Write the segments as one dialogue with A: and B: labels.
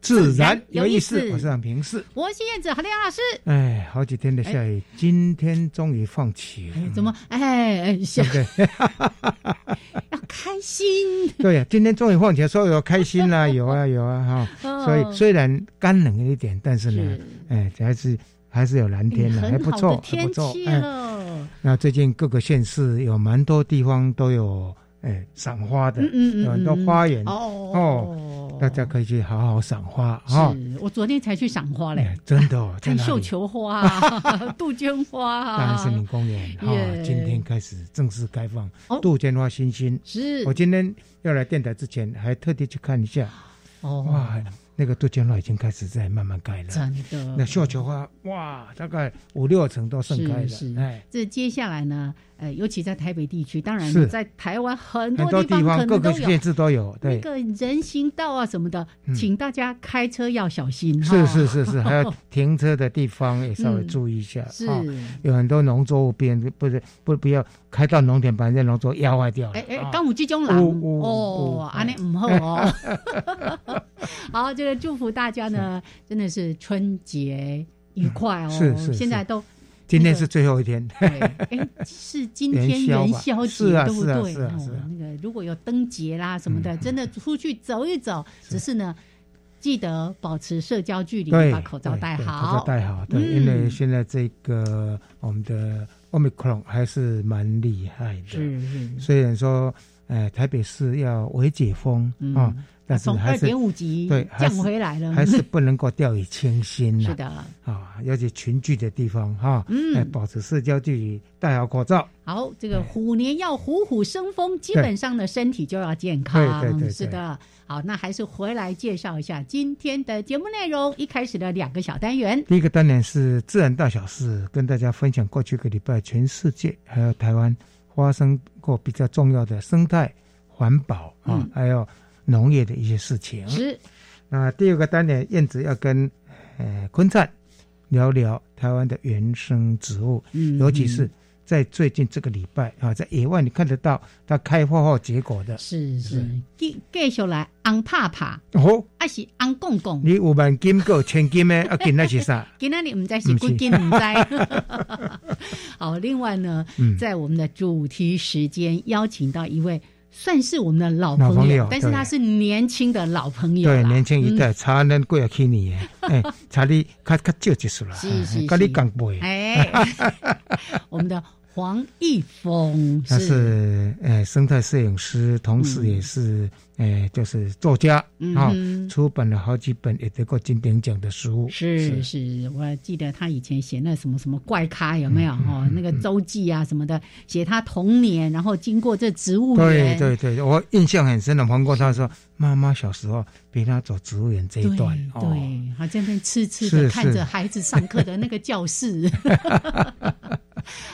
A: 自然有意
B: 有意
A: 思，
B: 思
A: 我是很平视。
B: 我是燕子韩丽安老师。
A: 哎，好几天的下雨，今天终于放晴了
B: 哎，，怎么？哎，哎想
A: 对不对？
B: 要开心，
A: 对呀，今天终于放晴，所以我开 心啦，有啊有啊哈。所以
B: 哦
A: 虽然干冷了一点，但是呢
B: 是，哎
A: 哎，还是还是有蓝天啊的，还
B: 很
A: 不
B: 好
A: 错
B: 的，
A: 还
B: 天
A: 不错。
B: 气哦
A: 哎，
B: 了。
A: 那最近各个县市有蛮多地方都有哎赏花的
B: 嗯，嗯嗯，
A: 有很多
B: 嗯
A: 花园，
B: 哦
A: 哦大家可以去好好赏花啊。
B: 是我昨天才去赏花嘞
A: 哎，，真的哦，在
B: 看
A: 哪
B: 绣
A: 里？
B: 球花、 啊、杜鹃花、啊，
A: 大安森林公园哈、
B: 耶
A: 哦今天开始正式开放
B: 哦
A: 杜鹃花欣欣。
B: 是
A: 我今天要来电台之前，还特地去看一下，
B: 哦，
A: 哇，那个杜鹃花已经开始在慢慢开了。
B: 真的。
A: 那绣球花，哇，大概五六成都盛开
B: 是是
A: 了，哎，
B: 这接下来呢，呃，尤其在台北地区，当然
A: 是
B: 在台湾很
A: 很多
B: 多地
A: 地
B: 可
A: 方各
B: 能都
A: 个
B: 有
A: 县市都有，
B: 那
A: 对，
B: 个人行道啊什么的，
A: 嗯
B: 请大家开车要小心。
A: 是
B: 哈
A: 是是是，还 有停车的地方也稍微
B: 哦嗯
A: 注意一下
B: 是，
A: 啊。有很多农作物边不是不不要开到农田，把人家农作物压坏掉了。
B: 哎哎
A: 啊，
B: 刚有这种
A: 有
B: 人
A: 有有
B: 哦，安尼唔好哦。
A: 哎
B: 好，这个祝福大家呢，真的是春节愉快哦。
A: 嗯是是是
B: 现在都
A: 今
B: 那
A: 天
B: 个
A: 是最后一天，
B: 对，哎，是今天
A: 元宵吧
B: 元宵节，
A: 是啊
B: 对不
A: 是啊
B: 对？
A: 是啊
B: 哦
A: 是啊
B: 那个如果有灯节啦什么的，真的出去走一走，只是呢，记得保持社交距离，
A: 对，
B: 把口罩
A: 对
B: 戴
A: 对
B: 好。
A: 口罩戴好。对，
B: 嗯
A: 因为现在这个我们的 Omicron 还是蛮厉害的。
B: 是是，
A: 虽然说，呃，台北市要微解封
B: 嗯
A: 啊，但是
B: 从
A: 还
B: 二
A: 是
B: 点五级
A: 对还
B: 降
A: 是
B: 回来了，
A: 还是不能够掉以轻心
B: 嗯 是
A: 呐
B: 的。
A: 啊，尤其群聚的地方哈，
B: 嗯
A: 哎保持社交距离，戴好口罩。
B: 好，这个虎年要虎虎生风，基本上呢身体就要健康，
A: 对对对对
B: 是的。好，那还是回来介绍一下今天的节目内容。一开始的两个小单元，
A: 第一个单元是自然大小事，跟大家分享过去一个礼拜全世界还有台湾发生过比较重要的生态、环保啊，
B: 嗯
A: 还有农业的一些事情。
B: 是
A: 那第二个单元，燕子要跟呃坤灿聊聊台湾的原生植物，
B: 嗯
A: 尤其是在最近这个礼拜啊，在野外你看得到它开花后结果的。
B: 是是
A: 是，
B: 继继续来昂帕帕，
A: 哦，
B: 还是昂公公？
A: 你五万金够千金的，啊，跟那是啥？
B: 今天你唔知是几斤唔知。 好，另外呢，
A: 嗯
B: 在我们的主题时间邀请到一位算是我们的老
A: 老
B: 朋
A: 朋
B: 友
A: 友，
B: 但是
A: 对
B: 他是年轻的老朋友啦，
A: 对，年轻一
B: 嗯
A: 代差咱几啊去年 的，哎，差你较较少一数啦
B: 是，
A: 哎
B: 是
A: 跟你
B: 是
A: 同辈，
B: 哎，我们的黄奕峰
A: 他是呃生态摄影师，同时也是呃就是作家
B: 嗯
A: 啊
B: 哼，
A: 出版了好几本也得过金鼎奖的书，
B: 是是，我记得他以前写那什么什么怪咖有没有
A: 嗯
B: 哦？那个周记啊什么的，写他童年，然后经过这植物
A: 对
B: 园，
A: 对对，我印象很深的，黄过他说，妈妈小时候陪他走植物园这一
B: 对
A: 段，哦，
B: 对，他在那边痴痴
A: 是
B: 的
A: 是
B: 看着孩子上课的那个教 室。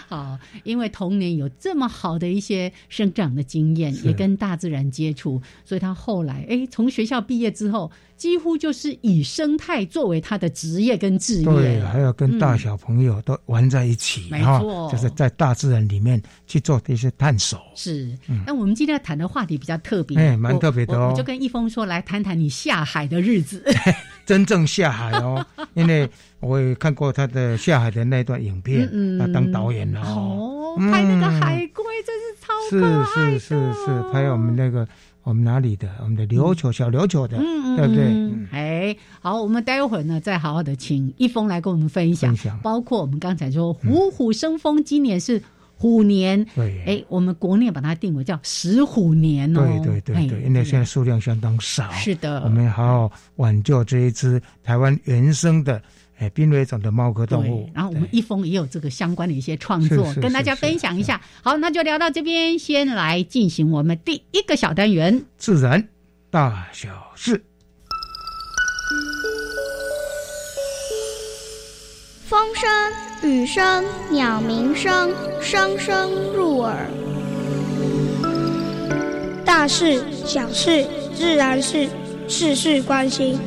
B: 好，因为童年有这么好的一些生长的经验，
A: 是
B: 也跟大自然接触，所以他后来哎，从学校毕业之后，几乎就是以生态作为他的职业跟置
A: 对，
B: 业。
A: 还有跟大小朋友都玩在一起
B: 嗯没
A: 哈
B: 错，
A: 就是在大自然里面去做一些探索，
B: 是，但我们今天要谈的话题比较特别，
A: 嗯哎蛮特别的
B: 我我
A: 哦
B: 我就跟一峰说，来谈谈你下海的日子。
A: 真正下海 哦，因为我也看过他的下海的那段影片，
B: 嗯嗯
A: 他当导演了哦，
B: 哦，
A: 嗯
B: 拍那个海龟真是超
A: 是
B: 可爱
A: 是
B: 的
A: 是是，拍我们那个我们哪里的，我们的琉球小琉球的，对不对？
B: 嗯
A: 嗯
B: 哎、 OK，好，我们待会儿呢再好好的请一峰来跟我们分享，
A: 分享嗯
B: 包括我们刚才说虎虎生风，今年是虎年，
A: 对，
B: 哎，我们国内把它定为叫石虎年哦，
A: 对对对对，
B: 哎
A: 因为现在数量相当少，
B: 是的，
A: 我们好好挽救这一只台湾原生的哎濒危种的猫科动物
B: 对。，然后我们
A: 对
B: 一峰也有这个相关的一些创作，
A: 是是
B: 跟大家
A: 是是
B: 分享一下。好，那就聊到这边，先来进行我们第一个小单元。
A: 自然大小事，
C: 风声、雨声、鸟鸣声，声声入耳。大事、小事、自然是事事关心。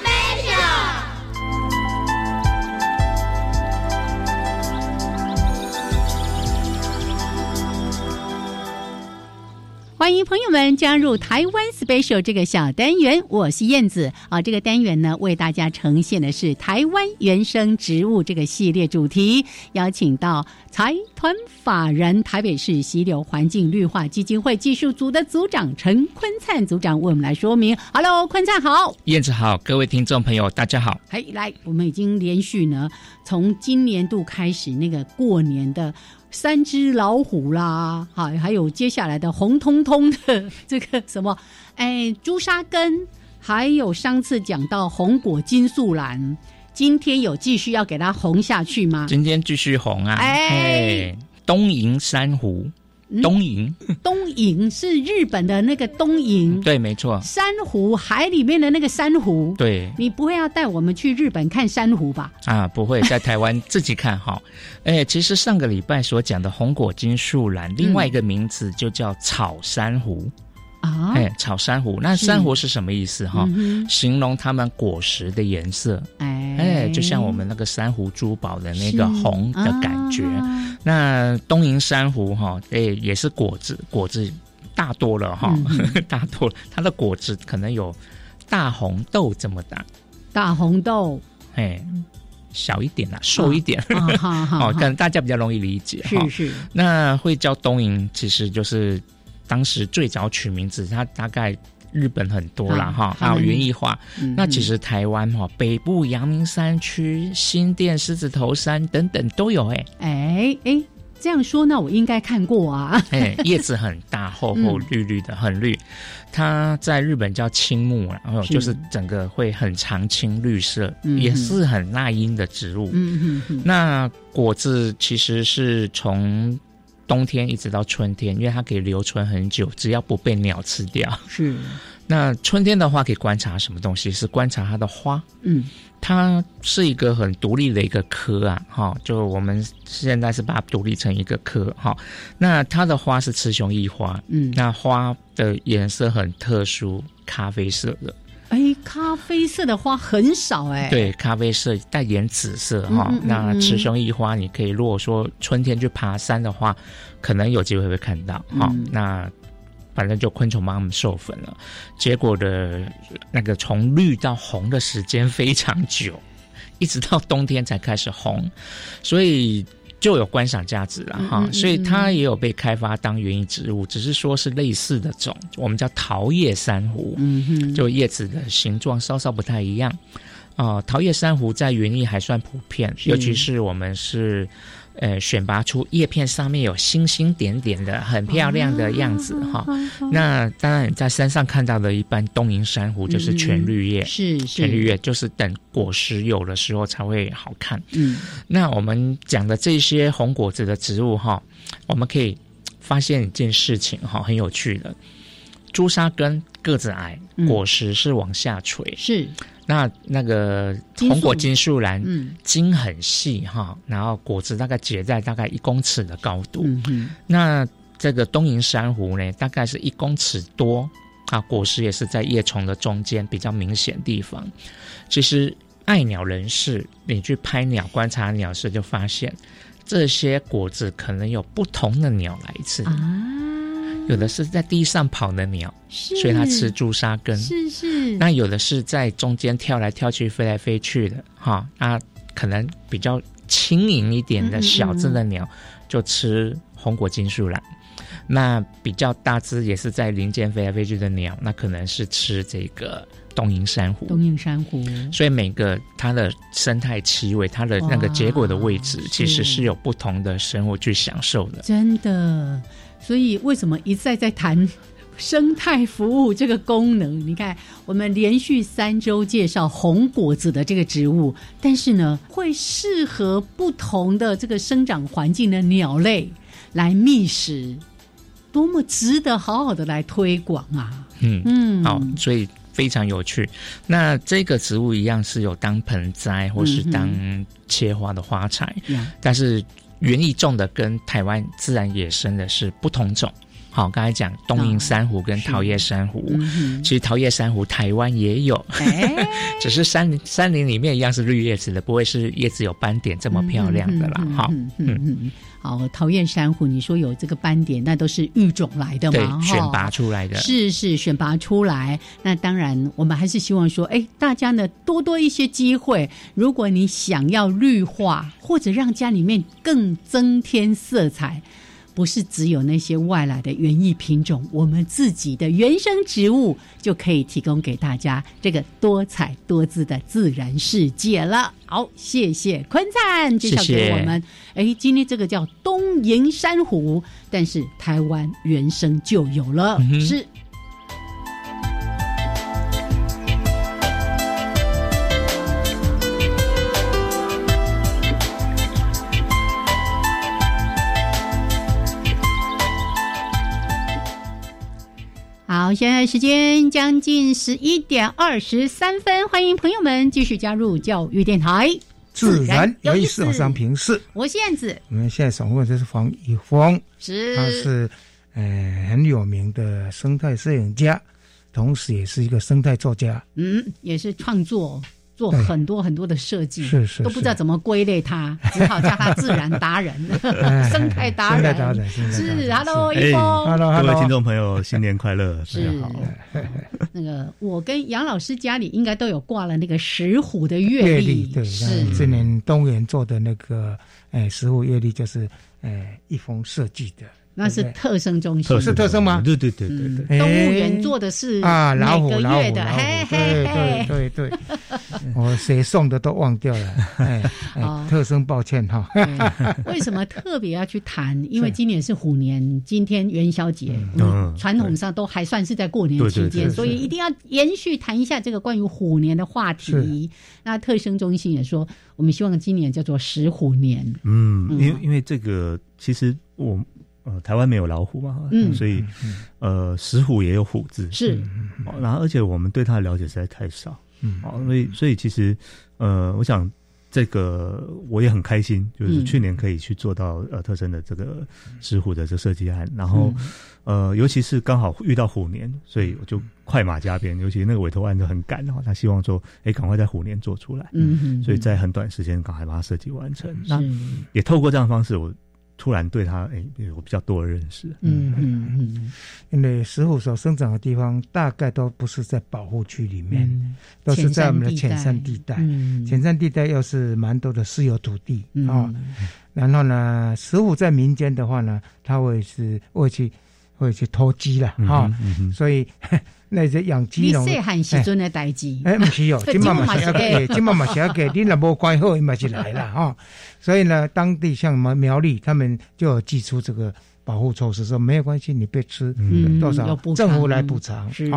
C: special。
B: 欢迎朋友们加入台湾 Special 这个小单元，我是燕子啊。这个单元呢，为大家呈现的是台湾原生植物这个系列主题，邀请到财团法人台北市溪流环境绿化基金会技术组的组长陈坤灿组长为我们来说明。Hello，坤灿好。
D: 燕子好，各位听众朋友，大家好。
B: 哎，来，我们已经连续呢，从今年度开始，那个过年的三只老虎啦，哈，还有接下来的红彤彤的这个什么，哎，朱砂根，还有上次讲到红果金素兰，今天有继续要给它红下去吗？
D: 今天继续红啊！
B: 啊哎
D: 嘿，东瀛珊瑚
B: 嗯，
D: 东瀛，
B: 东瀛是日本的那个东瀛
D: 对，没错，
B: 珊瑚，海里面的那个珊瑚。
D: 对
B: 你不会要带我们去日本看珊瑚吧？
D: 啊，不会在台湾自己看好。 哎，其实上个礼拜所讲的红果金树
B: 嗯
D: 兰，另外一个名字就叫草珊瑚。
B: 啊，
D: 哎，草珊瑚，那
B: 是
D: 珊瑚是什么意思哈？
B: 嗯哼
D: 形容它们果实的颜色，
B: 哎
D: 哎，就像我们那个珊瑚珠宝的那个
B: 是
D: 红的感觉。
B: 啊
D: 那东瀛珊瑚哈、诶、也是果子，果子大多了哈、
B: 嗯
D: 大多了，它的果子可能有大红豆这么大，
B: 大红 豆，
D: 哎，小一点啦，瘦一点，
B: 啊哈哈，
D: 哦，
B: 哈
D: 可能大家比较容易理解哈、
B: 是是，
D: 那会叫东瀛，其实就是当时最早取名字，它大概。日本很多啦，
B: 嗯
D: 哈、
B: 他
D: 还有
B: 们
D: 园艺化。
B: 嗯
D: 那其实台湾哈、北部阳明山区、新店狮子头山等等都有哎、
B: 哎哎，这样说那我应该看过啊，
D: 哎，叶子很大，厚厚绿绿
B: 嗯
D: 的，很绿。它在日本叫青木啦，然后
B: 是
D: 就是整个会很常青绿色，
B: 嗯
D: 也是很耐阴的植物。
B: 嗯嗯嗯，
D: 那果子其实是从冬天一直到春天，因为它可以留存很久，只要不被鸟吃掉。
B: 嗯是，
D: 那春天的话，可以观察什么东西？是观察它的花。
B: 嗯
D: 它是一个很独立的一个科啊，哈、就我们现在是把它独立成一个科，哈、那它的花是雌雄异花，
B: 嗯，
D: 那花的颜色很特殊，咖啡色的，
B: 哎，咖啡色的花很少哎，，
D: 对，咖啡色带点紫色
B: 嗯
D: 哈、
B: 嗯嗯
D: 那
B: 嗯
D: 雌雄异花，你可以如果说春天去爬山的话，可能有机会会看到哈、
B: 嗯
D: 那反正就昆虫帮它们授粉了，结果的那个从绿到红的时间非常久。一直到冬天才开始红，所以就有观赏价值了哈。
B: 嗯嗯嗯
D: 所以它也有被开发当园艺植物，只是说是类似的种，我们叫桃叶珊瑚，
B: 嗯哼，
D: 就叶子的形状稍稍不太一样。啊、桃叶珊瑚在园艺还算普遍，
B: 是
D: 尤其是我们是。呃，选拔出叶片上面有星星点点的，很漂亮的样子
B: 哦
D: 哈、那当然，你在山上看到的一般东瀛珊瑚就是全绿叶，
B: 嗯是是
D: 全绿叶就是等果实有的时候才会好看。
B: 嗯
D: 那我们讲的这些红果子的植物哈，我们可以发现一件事情哈，很有趣的，朱砂根个子矮
B: 嗯，
D: 果实是往下垂。
B: 是
D: 那那个
B: 金属
D: 红果金树兰
B: 嗯
D: 茎很细哈，然后果子大概结在大概一公尺的高度。
B: 嗯哼
D: 那这个东瀛珊瑚呢，大概是一公尺多啊，果实也是在叶丛的中间比较明显地方。其实爱鸟人士，你去拍鸟、观察鸟时，就发现这些果子可能有不同的鸟来吃，
B: 嗯啊，
D: 有的是在地上跑的鸟，
B: 是
D: 所以它
B: 嗯
D: 吃朱砂根；
B: 是是
D: 那有的是在中间跳来跳去、飞来飞去的，哈，那可能比较轻盈一点
B: 嗯嗯
D: 的小只
B: 嗯
D: 的鸟就吃红果金树兰，那比较大只也是在林间飞来飞去的鸟，那可能是吃这个东瀛珊瑚。
B: 东印珊瑚
D: 所以每个它的生态气味，它的那个结果的位置
B: 哇，
D: 其实
B: 哦是
D: 是有不同的生物去享受的。
B: 真的，所以为什么一再在谈生态服务这个功能？你看，我们连续三周介绍红果子的这个植物，但是呢，会适合不同的这个生长环境的鸟类来觅食，多么值得好好的来推广啊！
D: 嗯，
B: 嗯，
D: 好、所以非常有趣。那这个植物一样是有当盆栽或
B: 嗯
D: 是当切花的花材，
B: 呀，
D: 但是园艺种的跟台湾自然野生的是不同种。好，刚才讲东瀛珊瑚跟桃叶珊瑚，
B: 嗯哼
D: 其实桃叶珊瑚台湾也有，
B: 哎，
D: 只是山林山林里面一样是绿叶子的，不会是叶子有斑点
B: 这
D: 这么漂亮的啦。好、
B: 嗯嗯嗯嗯，好，桃园珊瑚，你说有这个斑点，那都是育种来的
D: 对
B: 嘛，，
D: 选
B: 哈
D: 拔出来的。
B: 嗯是是，选拔出来。那当然，我们还是希望说，哎，大家呢多多一些机会。如果你想要绿化，或者让家里面更增添色彩，不是只有那些外来的园艺品种，我们自己的原生植物就可以提供给大家这个多彩多姿的自然世界了。好，谢谢坤灿介绍
D: 谢
B: 给
D: 谢
B: 我们。哎，今天这个叫东瀛珊瑚，但是台湾原生就有了，
D: 嗯哼
B: 是。好，现在时间将近十一点二十三分，欢迎朋友们继续加入教育电台，
A: 自然
B: 自然
A: 有意
B: 有意思
A: 思，我商平是。
B: 我是燕子，
A: 我们现在访问的是黄以峰，
B: 是
A: 他啊是呃很有名的生态摄影家，同时也是一个生态作家。
B: 嗯，也是创作做
A: 对
B: 很多很多的设计，
A: 是是
B: 都不知道
A: 是
B: 怎么归类它，只好叫它自然达人、哦 生态达
A: 哎
B: 人。
A: 生态达人，生态达人
B: 是，Hello，
E: 哎
B: 一峰。
E: 各位听
A: Hello，Hello，
E: 众朋友，新年快乐！大
B: 是
E: 家好，
B: 那个，我跟杨老师家里应该都有挂了那个石虎的
A: 阅
B: 阅
A: 历对，
B: 是
A: 那今年东元做的那个哎实物阅历就是哎一峰设计的，
B: 那是
A: 对不对
B: 特生中心
E: 特，
A: 是特生吗
E: 对对对对
B: 嗯
A: 哎
E: 对，
B: 动物园做的是
A: 啊，老虎
B: 每个
A: 老
B: 月
A: 虎
B: 的，
A: 老
B: 嘿
A: 虎，
B: 嘿
A: 对
B: 嘿，
A: 对对对， 我谁送的都忘掉了，哎
B: 哦
A: 哎，特生抱歉哈，
B: 对 为什么特别要去谈？因为今年是虎年，今天元宵节，我们
E: 嗯
B: 传统上都还算是在过年
E: 对
B: 期
E: 对对
B: 间，
E: 是
B: 所以一定要延续谈一下这个关于虎年的话题
A: 是。
B: 那特生中心也说，我们希望今年叫做石虎年。
E: 嗯，
B: 嗯
E: 因为因为这个，其实我呃，台湾没有老虎嘛，
B: 嗯
E: 所以呃，石虎也有虎字，
B: 是，
E: 哦然后而且我们对它的了解实在太少，
A: 嗯
E: 哦，所以所以其实呃，我想这个我也很开心，就是
B: 嗯
E: 去年可以去做到呃特生的这个石虎的这个设计案，然后
B: 嗯
E: 呃，尤其是刚好遇到虎年，所以我就
B: 嗯
E: 快马加鞭，尤其那个委托案就很赶哦，他希望说，哎，赶快在虎年做出来，
B: 嗯，嗯
E: 所以在很短时间赶快把它设计完成。那
B: 是
E: 也透过这样的方式，我突然对它哎有比较多的认识。
B: 嗯嗯嗯
A: 因为石虎所生长的地方大概都不是在保护区里面，
B: 嗯，
A: 都是在我们的浅山地带。
B: 嗯，
A: 浅山地带又是蛮多的私有土地啊、哦然后呢，石虎在民间的话呢，它会是会去会去偷鸡啦，
E: 嗯
A: 哈、
E: 哼嗯哼
A: 所以 那些养
B: 你
A: 鸡农，
B: 细汉时阵的代志，
A: 哎，唔 是哦，今
B: 这
A: 嘛
B: 嘛
A: 嘛
B: 是
A: 是要
B: 给
A: 给，今嘛嘛是要给，你若无关好，伊嘛是来啦 哈、所以呢，当地像苗苗栗，他们就有寄出这个保护措施，说没有关系，你别吃
B: 嗯
A: 多
B: 要
A: 少
B: 补，偿嗯
A: 政府来补偿啊、
B: 是，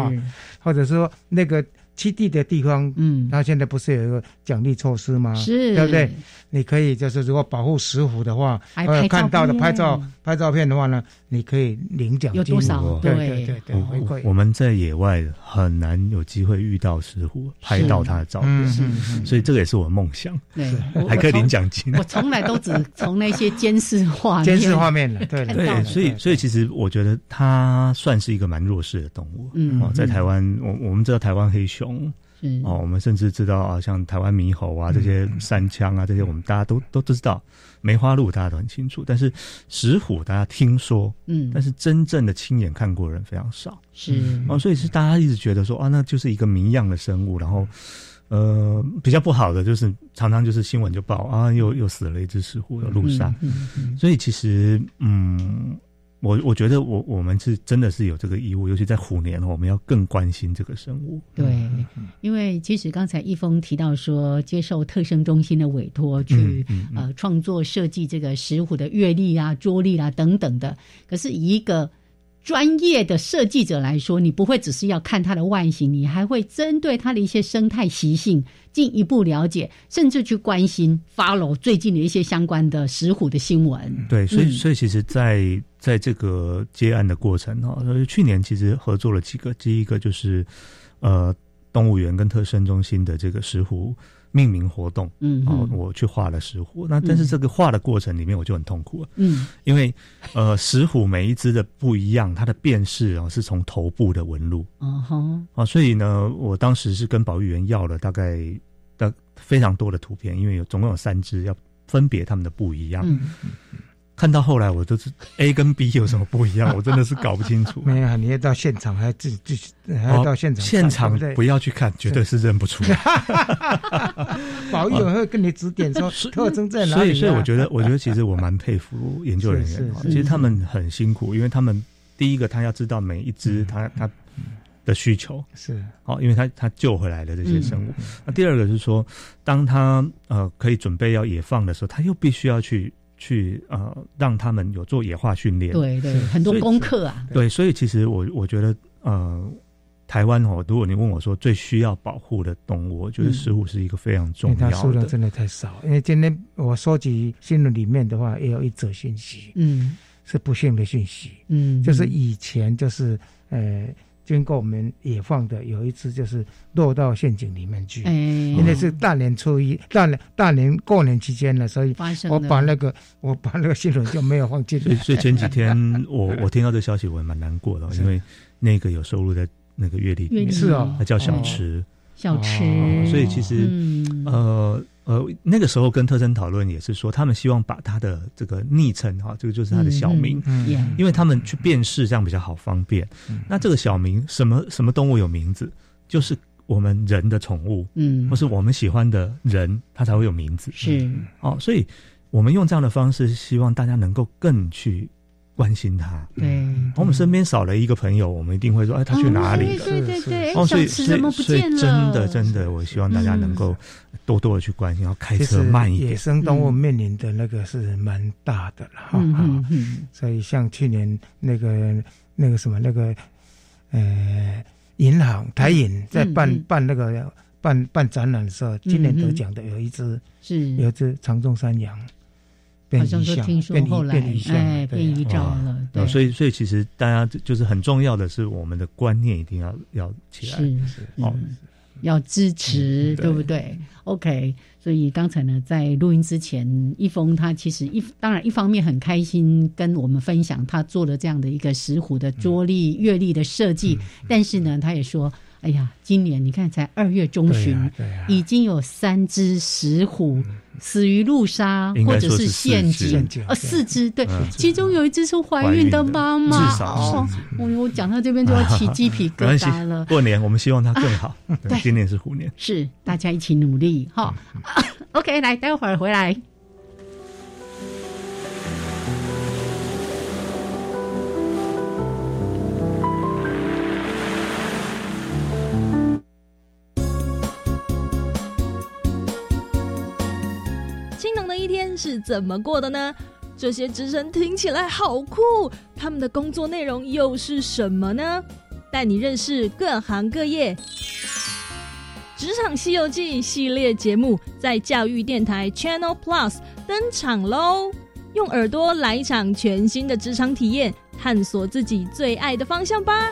A: 或者说那个基地的地方。
B: 嗯，
A: 他现在不是有一个奖励措施吗？
B: 是，
A: 对不对？你可以就是如果保护石虎的话，
B: 还拍
A: 呃，
B: 照
A: 看到的
B: 片
A: 拍照拍照片的话呢，你可以领奖金
B: 有多少？
E: 我
A: 对对对对，回
E: 我
A: 馈。
E: 我们在野外很难有机会遇到石虎，拍到它的照片，
A: 嗯嗯
B: 是
A: 嗯
E: 所以这个也哦是我的梦想，
B: 对，我
E: 还可以领。奖金
B: 我从。 我从来都只从那些监视画面，
A: 监视 画面了，对了
B: 看到
E: 对，
B: 了
E: 所以所以其实我觉得它算是一个蛮弱势的动物。
B: 嗯，
E: 哦，在台湾，我我们知道台湾黑熊
B: 是
E: 哦，我们甚至知道啊，像台湾猕猴啊这些山羌啊这些，我们大家都都知道。梅花鹿大家都很清楚，但是石虎大家听说，
B: 嗯，
E: 但是真正的亲眼看过的人非常少。
B: 是
E: 哦，所以是大家一直觉得说啊，那就是一个谜样的生物，然后。
B: 嗯
E: 呃，比较不好的就是常常就是新闻就报啊，又又死了一只石虎，有路上，，
B: 嗯嗯
E: 所以其实嗯，我我觉得我我们是真的是有这个义务，尤其在虎年，我们要更关心这个生物。嗯
B: 对，因为其实刚才一峰提到说，接受特生中心的委托去、
E: 嗯嗯
B: 呃创作设计这个石虎的阅历啊、桌历啊等等的，可是以一个专业的设计者来说，你不会只是要看它的外形，你还会针对它的一些生态习性进一步了解，甚至去关心、follow 最近的一些相关的石虎的新闻。
E: 对，所以
B: 嗯
E: 所以其实在，在这个接案的过程哈，呃去年其实合作了几个，第一个就是呃动物园跟特生中心的这个石虎命名活动，
B: 嗯
E: 哦，
B: 嗯
E: 我去画了石虎，那但是这个画的过程里面我就很痛苦了，
B: 嗯
E: 因为呃石虎每一只的不一样，它的辨识啊、哦、是从头部的纹路
B: 哦吼
E: 啊、哦所以呢，我当时是跟保育员要了大概大非常多的图片，因为有总共有三只要分别它们的不一样。
B: 嗯
E: 看到后来，我都是 A 跟 B 有什么不 一样，我真的是搞不清楚。哦
A: 没有，你要到现场，还要自己自己，还要到现场看，
E: 现场
A: 对不
E: 不
A: 对？
E: 要去看，绝对是认不出来。
A: 保育员会跟你指点说特征在哪
E: 所
A: 里
E: 以，
A: 啊。
E: 所以 我觉得，我觉得其实我蛮佩服研究人
A: 是
E: 员
A: 是
E: 的。
A: 是
E: 其实他们很辛苦，因为他们第一个他要知道每一
A: 嗯
E: 只他他的需求，
A: 是
E: 哦，因为他他救回来的这些
A: 嗯
E: 生物。那第二个是说，当他呃可以准备要野放的时候，他又必须要去去呃让他们有做野化训练。
B: 对对，很多
E: 所以
B: 功课啊，
E: 对，所以其实我我觉得，呃，台湾哦，如果你问我说最需要保护的动物，我觉得
B: 嗯
E: 石虎是一个非常
A: 因
E: 重
A: 为它
E: 要
A: 数量
E: 的。
A: 真的太少，因为今天我收集新闻里面的话，也有一则信息
B: 嗯
A: 是不幸的讯息，
B: 嗯，
A: 就是以前就是呃，经过我们野放的有一只就是落到陷阱里面去，
B: 哎，
A: 因为是大年初一，大年大年过年期间了，所以
B: 发生
A: 我
B: 的
A: 把那个我把那个新闻就没有放进
E: 所以，
A: 来。
E: 所以前几天我我听到这消息，我也蛮难过的，
A: 是
E: 因为那个有收录在那个月历里
B: 阅历
E: 面，
A: 是哦
E: 它叫小
B: 哦
E: 池。
B: 小吃，
A: 哦
E: 啊所以其实、
B: 嗯
E: 呃呃，那个时候跟特征讨论也是说，他们希望把他的这个昵称哈，这个就是他的小名。
A: 嗯
B: 也
E: 因为他们去辨识这样比较好方便。那这个小名什么什么动物有名字，就是我们人的宠物，
B: 嗯
E: 或是我们喜欢的人，它才会有名字。
B: 是
E: 哦，所以我们用这样的方式，希望大家能够更去关心它。
B: 对
E: 嗯我们身边少了一个朋友，我们一定会说，哎，他去哪里了？
B: 对对对对，哎
E: 哦，
B: 小
E: 所以
B: 吃
E: 所
B: 怎么
E: 以
B: 不
E: 所以
B: 见了？嗯
E: 真的真的，我希望大家能够多多的去关心，然后开
A: 其实
E: 车慢一
A: 野
E: 点。哦
A: 生动物面临的那个是蛮大的了哈、
B: 嗯嗯
A: 哈
B: 嗯，
A: 所以像去年那个那个什么那个呃银行台银在办、
B: 嗯嗯
A: 办那个办办展览的时候，今年得奖
B: 嗯
A: 的有一只、有
B: 是
A: 一只长鬃山羊变
B: 好
A: 异
B: 像说
A: 象，
B: 听说
A: 变
B: 后
A: 异
B: 来
A: 变异象了，
B: 哎
A: 对
B: 变
A: 啊
B: 遗照了，
E: 啊
B: 对，
E: 所以所以其实大家就是很重要的是，我们的观念一定要要起来。
B: 是
A: 是
E: 哦嗯
B: 嗯要支持，对不对？OK，所以刚才呢，在录音之前，一峰他其实一当然一方面很开心跟我们分享他做了这样的一个石虎的桌
E: 嗯
B: 历、阅历的设计，但是呢，他也说，哎呀，今年你看才二月中
A: 对
B: 旬，
A: 啊对啊，
B: 已经有三只石虎死于路杀
E: 嗯应
B: 或
E: 该
B: 者
E: 说是四
B: 陷
E: 只
B: 阱
A: 陷阱，
B: 呃，四只对，
E: 嗯
B: 其中有一只是怀
E: 怀
B: 孕
E: 孕
B: 的
E: 的
B: 妈妈，
E: 至少是
B: 哦，我我讲到这边就要起鸡皮
E: 没
B: 疙
E: 关系
B: 瘩了，。
E: 过年我们希望它更 好。对，今年是虎年。
B: 是，大家一起努力哈。OK，来，待会儿回来。
F: 青农的一天是怎么过的呢？这些职称听起来好酷，他们的工作内容又是什么呢？带你认识各行各业。《职场西游记》系列节目在教育电台 Channel Plus 登场喽！用耳朵来一场全新的职场体验，探索自己最爱的方向吧！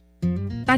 G: 大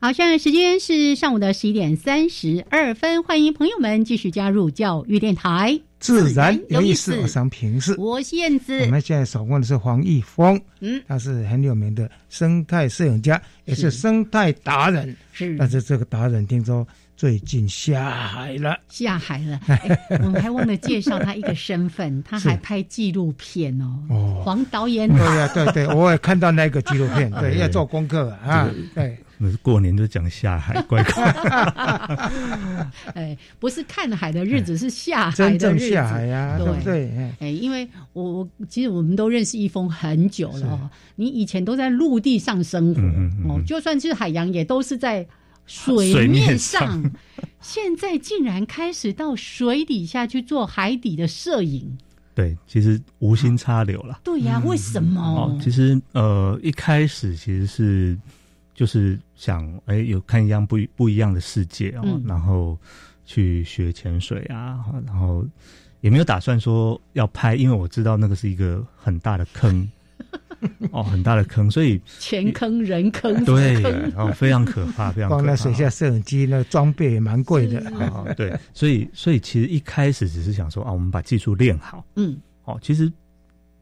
B: 好，现在时间是上午的十一点三十二分，欢迎朋友们继续加入教育电台。
A: 自然有意
B: 自
A: 思，
B: 然有意思
A: 我常平视。
B: 我是燕子
A: 我，们现在访问的是黄义峰，
B: 嗯，
A: 他是很有名的生态摄影家，也是生态达人。
B: 是
A: 但是这个达人听说最近下海了，
B: 下海 了。哎我们还忘了介绍他一个身份，他还拍纪录片哦。
A: 哦
B: 黄导演
A: 对呀、对对，我也看到那个纪录片，对，
E: 对
A: 要做功课啊，对，
E: 那过年就讲下海，怪怪。
B: 哎，不是看海的日子，是下海
A: 哎真
B: 的
A: 正
B: 日子。
A: 下海呀、对不对？哎
B: 哎，因为我我其实我们都认识一峰很久了哦，你以前都在陆地上生活、
E: 嗯嗯嗯
B: 哦，就算是海洋也都是在水
E: 水
B: 面
E: 面
B: 上，现在竟然开始到水底下去做海底的摄影，
E: 对，其实无心插柳了。
B: 对呀、为什么？
E: 哦，其实呃，一开始其实是就是想，哎、有看一样不一不一样的世界哦，
H: 嗯
E: 然后去学潜水啊，然后也没有打算说要拍，因为我知道那个是一个很大的坑，哦，很大的坑，所以
B: 钱坑、人坑、福
E: 对，
B: 坑，
E: 哦，非常可怕，非常可
A: 光
E: 怕。
A: 那水下摄影机那装备也蛮贵的，
E: 哦，对，所以所以其实一开始只是想说啊，我们把技术练好，
B: 嗯，
E: 哦，其实，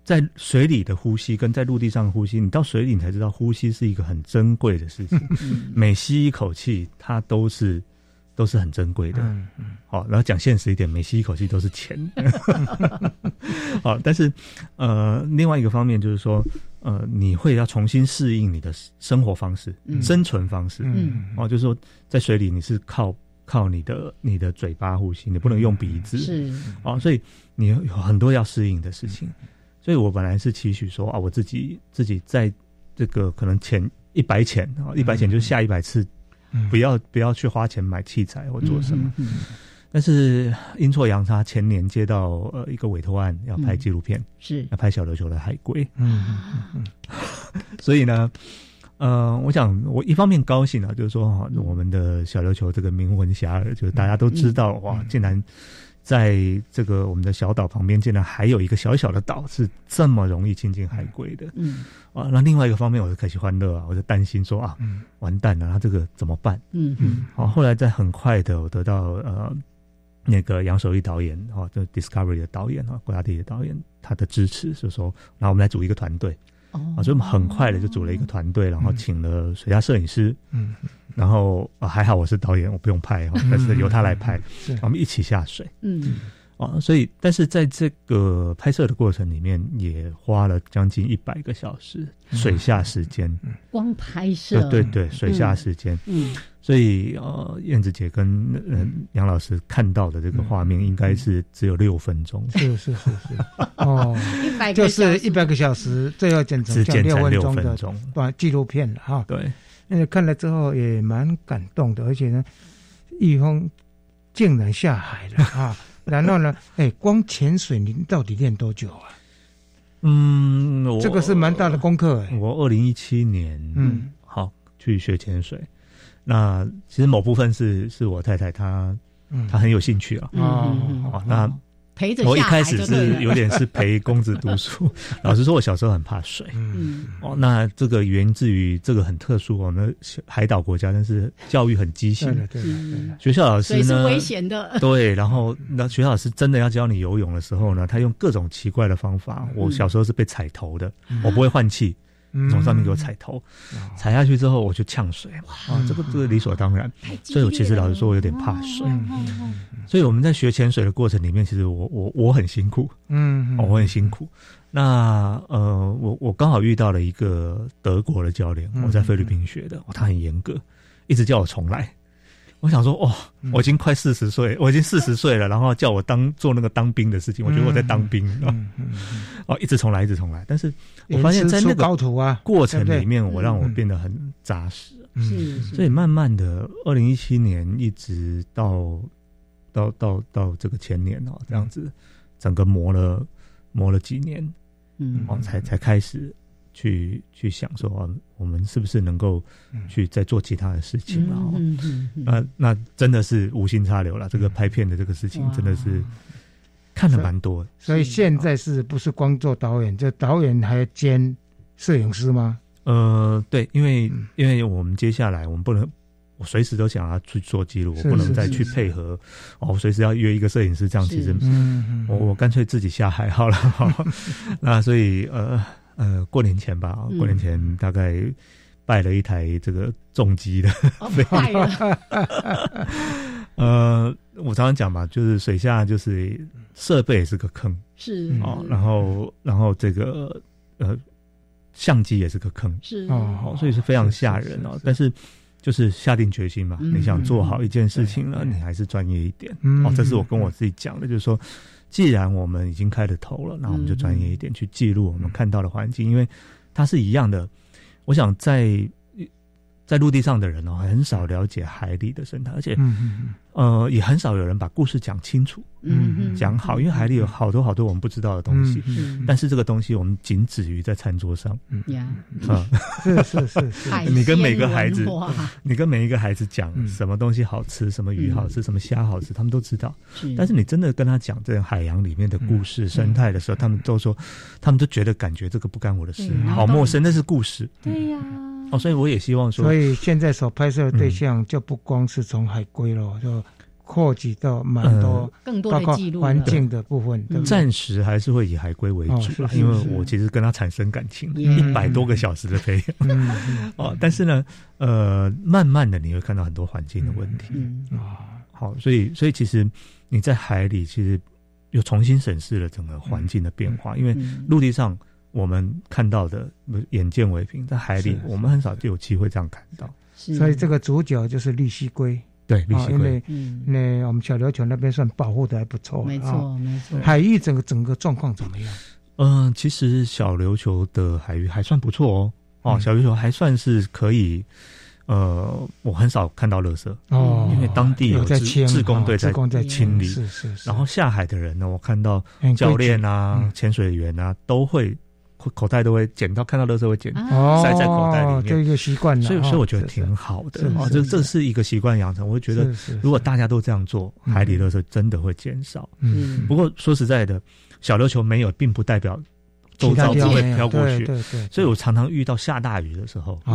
E: 在水里的呼吸跟在陆地上的呼吸，你到水里你才知道呼吸是一个很珍贵的事情， 每吸一口气，它都是都是很珍贵的。
A: 嗯嗯
E: 好、然后讲现实一点，每吸一口气都是钱。 好、但是呃，另外一个方面就是说，呃，你会要重新适应你的生活方式、
I: 嗯
E: 生存方式。
I: 嗯
E: 哦，就是说在水里你是靠靠你的你的嘴巴呼吸，你不能用鼻子。
B: 是
E: 哦，所以你有很多要适应的
I: 嗯
E: 事情。所以我本来是期许说啊，我自己自己在这个可能潜一百潜啊，一百潜
I: 嗯
E: 就下一百次，
A: 嗯
E: 不要不要去花钱买器材或做什么。
I: 嗯嗯嗯
E: 但是阴错阳差，前年接到呃一个委托案，要拍
I: 嗯
E: 纪录片，
B: 是
E: 要拍小琉球的海龟。
A: 嗯
E: 所以呢，呃，我想我一方面高兴啊，就是说哈、我们的小琉球这个名闻遐迩，就是大
B: 嗯
E: 家都知道、哇，竟然在这个我们的小岛旁边，竟然还有一个小小的岛是这么容易亲近海龟的。
B: 嗯
E: 啊，那另外一个方面，我是可喜欢乐啊，我就担心说啊，完蛋了，他这个怎么办？
B: 嗯
E: 啊
B: 嗯嗯
E: 好、后来在很快的，我得到呃那个杨守一导演哈，这、Discovery 的导演啊哈，国家地理的导演，他的支持是说，然后我们来组一个团队。
B: 哦、
E: 啊，所以我们很快的就组了一个团队，然后请了水下摄影师，
A: 嗯，
E: 然后、啊、还好我是导演，我不用拍哈，但是由他来拍，
A: 嗯
E: 我们一起下水，
B: 嗯，
E: 啊，所以但是在这个拍摄的过程里面，也花了将近一百个小时
A: 嗯
E: 水下时间，
B: 光拍摄
E: 对，对对，水下时间，
B: 哦嗯，
E: 所以呃，燕子姐跟呃杨老师看到的这个画
A: 嗯
E: 面，应该是只有六分钟，
A: 是是是是，哦，
B: 100个
A: 就是一百个小时，最后剪成
E: 只
A: 像
E: 剪成
A: 分
E: 六
A: 钟
E: 分
A: 的
E: 钟，
A: 短纪录片了哈。
E: 对，
A: 那看了之后也蛮感动的，而且呢，玉峰竟然下海了啊！ 然后呢，哎，光潜水你到底练多久啊？
E: 嗯，我
A: 这个是蛮大的功课哎。
E: 我二零一七年，
A: 嗯，
E: 好去学潜水。那其实某部分是是我太太她
A: 嗯，
E: 她很有兴趣啊。
B: 嗯嗯嗯
E: 哦，那
B: 陪着
E: 我一
B: 下
E: 开
B: 海
E: 始
B: 就对
E: 是
B: 了
E: 有点是陪公子 读书。老实说，我小时候很怕水。
B: 嗯
E: 哦，那这个源自于这个很特殊，我们海岛国家，但是教育很畸
A: 对
E: 形。
A: 了对了对了，
E: 学校老
B: 嗯所以
E: 师
B: 是
E: 嗯呢，
B: 危险的，
E: 对，然后那学校老师真的要教你游泳的时候呢，他用各种奇怪的方法。我小时候是被踩头的，我不会换
A: 嗯
E: 气，
A: 哦
E: 从上面给我踩头，踩下去之后我就呛水，
A: 嗯
E: 啊，这个这个理所当然。所以我其实老实说，我有点怕水。
A: 嗯
E: 所以我们在学潜水的过程里面，其实我我我很辛苦，
A: 嗯，
E: 哦我很辛苦。那呃，我我刚好遇到了一个德国的教练，
A: 嗯
E: 我在菲律宾学的，哦他很严格，一直叫我重来。我想说，哦，
A: 嗯
E: 我已经快四十岁，我已经四十岁了，然后叫我当做那个当兵的事情，我觉得我在当兵，
A: 嗯嗯
E: 哦，一直重来，一直重来。但是我
A: 嗯
E: 发现，在那
A: 严丝出高
E: 个
A: 徒啊，
E: 过程里面，
B: 对
E: 我让我
A: 嗯
E: 变得很扎实。
B: 是是
E: 所以慢慢的，二零一七年一直到到到到这个前年哦，这样子，整个磨了磨了几年
B: 嗯
E: 哦，才才开始去去想说，哦我们是不是能够
A: 嗯
E: 去再做其他的事情了哦？
B: 嗯嗯嗯
E: 那那真的是无心插柳了，
A: 嗯
E: 这个拍片的这个事情
B: 哇
E: 真的是看了蛮多的。
A: 所以现在是不是光做导演？就导演还兼摄影师吗？
E: 呃，对，因为
A: 嗯
E: 因为我们接下来我们不能，我随时都想要去做记录，我
A: 是
E: 不能
A: 是
E: 再
A: 是
E: 去
A: 是
E: 配合哦，我随时要约一个摄影师，这样其实
B: 是
A: 嗯
E: 我我干脆自己下海 好了。那所以呃呃，过年前吧，过年前大概拜了一台这个重机的，
B: 哦，坏了，
E: 呃，我常常讲嘛，就是水下就是设备也是个坑
B: 是
E: 哦，
B: 是
E: 然后然后这个呃相机也是个坑，
B: 是
A: 哦
E: 哦，所以是非常吓人哦。但是就是下定决心嘛，
B: 嗯
E: 你想做好一件事情了，
A: 嗯嗯
E: 你还是专业一点。
A: 嗯
E: 哦，这是我跟我自己讲的，就是说，既然我们已经开了头了，那我们
A: 嗯
E: 就专业一点去记录我们看到的环境，因为它是一样的。我想在在陆地上的人哦，很少了解海里的生态，而且
A: 嗯嗯
E: 呃，也很少有人把故事讲清楚、
B: 嗯
E: 讲好，因为海里有好多好多我们不知道的东西。
B: 嗯
E: 但是这个东西我们仅止于在餐桌上
B: 呀，
E: 啊，
A: 是是是是，
B: 海
E: 你跟每个
B: 鲜
E: 孩子嗯
B: 文化
E: 你跟每一个孩子讲
A: 嗯
E: 什么东西好吃，什么鱼好吃，什么虾好吃，他们都知道。
B: 是，
E: 但是你真的跟他讲这个海洋里面的故事、
B: 嗯
E: 生态的时候，他们都说，他们都觉得感觉这个不干我的事
B: 对，
E: 好陌生，那是故事
B: 嗯对呀，
E: 哦。所以我也希望说
A: 所，以现在所拍摄的对象就不光是从海龟
E: 嗯
A: 了，就扩及到蛮多，
B: 更嗯多
A: 包
B: 的
A: 括
B: 记录
A: 环
B: 了
A: 境的部分，对不对
E: 暂时还是会以海龟为
A: 哦
E: 主啦，
A: 是是嗯
E: 因为
A: 是
E: 我其实跟他产生感情，
B: Yeah
E: 一百多个小时的 培养
A: 嗯嗯
E: 哦。但是呢，呃，慢慢的你会看到很多环境的问题。
B: 嗯
A: 啊，
E: 好，所以所以其实你在海里其实又重新审视了整个环境的变化，因为
B: 嗯
E: 陆地上我们看到的不是眼见为凭，在海里
A: 是
E: 我们很少有机会这样看到。
B: 是，
A: 所以这个主角就是绿蜥龟，
E: 对，绿
A: 啊
E: 蜥
A: 因
E: 龟
A: 为，
B: 嗯，
A: 那我们小琉球那边算保护的还不
E: 哦
A: 错，
B: 没
A: 啊。
B: 错没错，
A: 海域整个整个状况怎么样？
E: 嗯、其实小琉球的海域还算不错哦，哦，
A: 嗯
E: 小琉球还算是可以。呃，我很少看到垃圾，
A: 哦，
E: 因为当地
A: 有
E: 有
A: 在
E: 志
A: 清，
E: 志工队
A: 哦志
E: 在
A: 工在
E: 清理，
A: 是是是，
E: 然后下海的人呢，我看到
A: 很规矩
E: 教练啊
A: 嗯、
E: 潜水员啊，都会口口袋都会捡到，看到垃圾会捡
B: 啊
A: 哦，
E: 塞在口袋里面
A: 这个习惯了，
E: 所以所以我觉得
A: 哦是是
E: 挺好的
A: 是
E: 哦，
A: 是
E: 这
A: 是
E: 这是一个习惯养成。我会觉得
A: 是是
E: 如果大家都这样做，
A: 嗯
E: 海里垃圾真的会减少。
A: 嗯
E: 不过说实在的，小琉球没有，并不代表周遭
A: 其他地
E: 都
A: 方
E: 会
A: 没有
E: 飘过去
A: 对对对，
E: 所以我常常遇到下大雨的时候，
A: 哦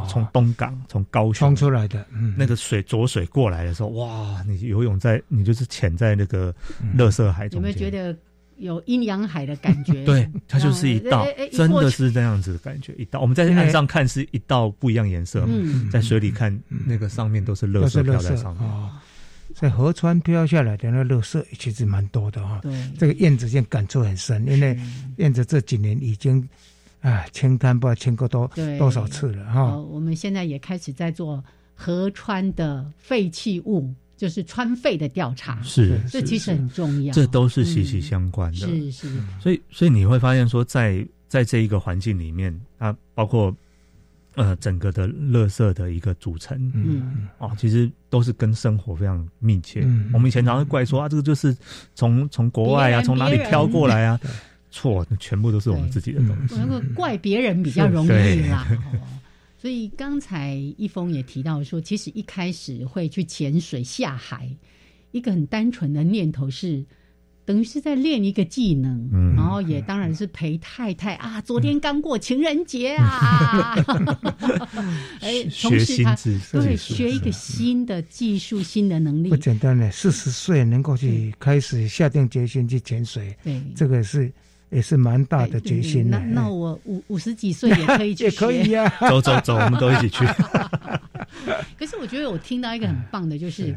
E: 哦，从东港从高雄
A: 出来的，嗯，
E: 那个水浊水过来的时候，哇，你游泳在你就是潜在那个
A: 嗯
E: 垃圾海
B: 有
E: 中
B: 没有觉
E: 间，
B: 得有阴阳海的感觉？
E: 对，它就是一
B: 这样
E: 道
B: 哎哎哎，
E: 真
B: 过
E: 的
B: 去
E: 是这样子的感觉，一道我们在岸上看是一道不一样颜色嘛
A: 嗯，
E: 在水里看那个上面都是垃
A: 都是
E: 圾
A: 垃
E: 飘在
A: 圾
E: 上面，
A: 哦，在河川飘下来的那垃圾其实蛮多的哈、
B: 对
E: 嗯
A: 这个燕子现在感触很深，因为燕子这几年已经啊清滩不知道清过多
B: 对
A: 多少次了
E: 啊
A: 哈、
B: 呃，我们现在也开始在做河川的废弃物，就是川废的调查。
E: 是
B: 这
E: 是
B: 其实
E: 是
B: 很重要。
E: 这都是息息相关的。
B: 嗯
E: 嗯
B: 是是，
E: 所以，所以你会发现说在，在这一个环境里面，它包括呃整个的垃圾的一个组成，
B: 嗯，
E: 哦，其实都是跟生活非常密切。
A: 嗯
E: 我们以前常常会怪说啊，这个就是从从国外
B: 别
E: 啊，
B: 人
E: 从哪里
B: 别人
E: 挑过来啊，错，那全部都是我们自己的东西。
B: 那个怪别人比较容易
E: 对
B: 啦。哦所以刚才一峰也提到说，其实一开始会去潜水下海，一个很单纯的念头是，等于是在练一个技能，
E: 嗯
B: 然后也当然是陪太太啊，昨天刚过情人节 啊，哎，同
E: 学
B: 时
E: 新
B: 他
E: 知识
B: 对
E: 技术
B: 学一个新的技术、新的能力
A: 不，简单呢，四十岁能够去开始下定决心去潜水，
B: 对哎
A: 这个是也是蛮大的决心
B: 嗯那
A: 呢。哎
B: 那我五五十几岁也可以去
A: 也可以啊
B: 学
A: 呀、
E: 走走走，我们都一 起去。
B: 可是我觉得我听到一个很棒的，就是，
A: 哎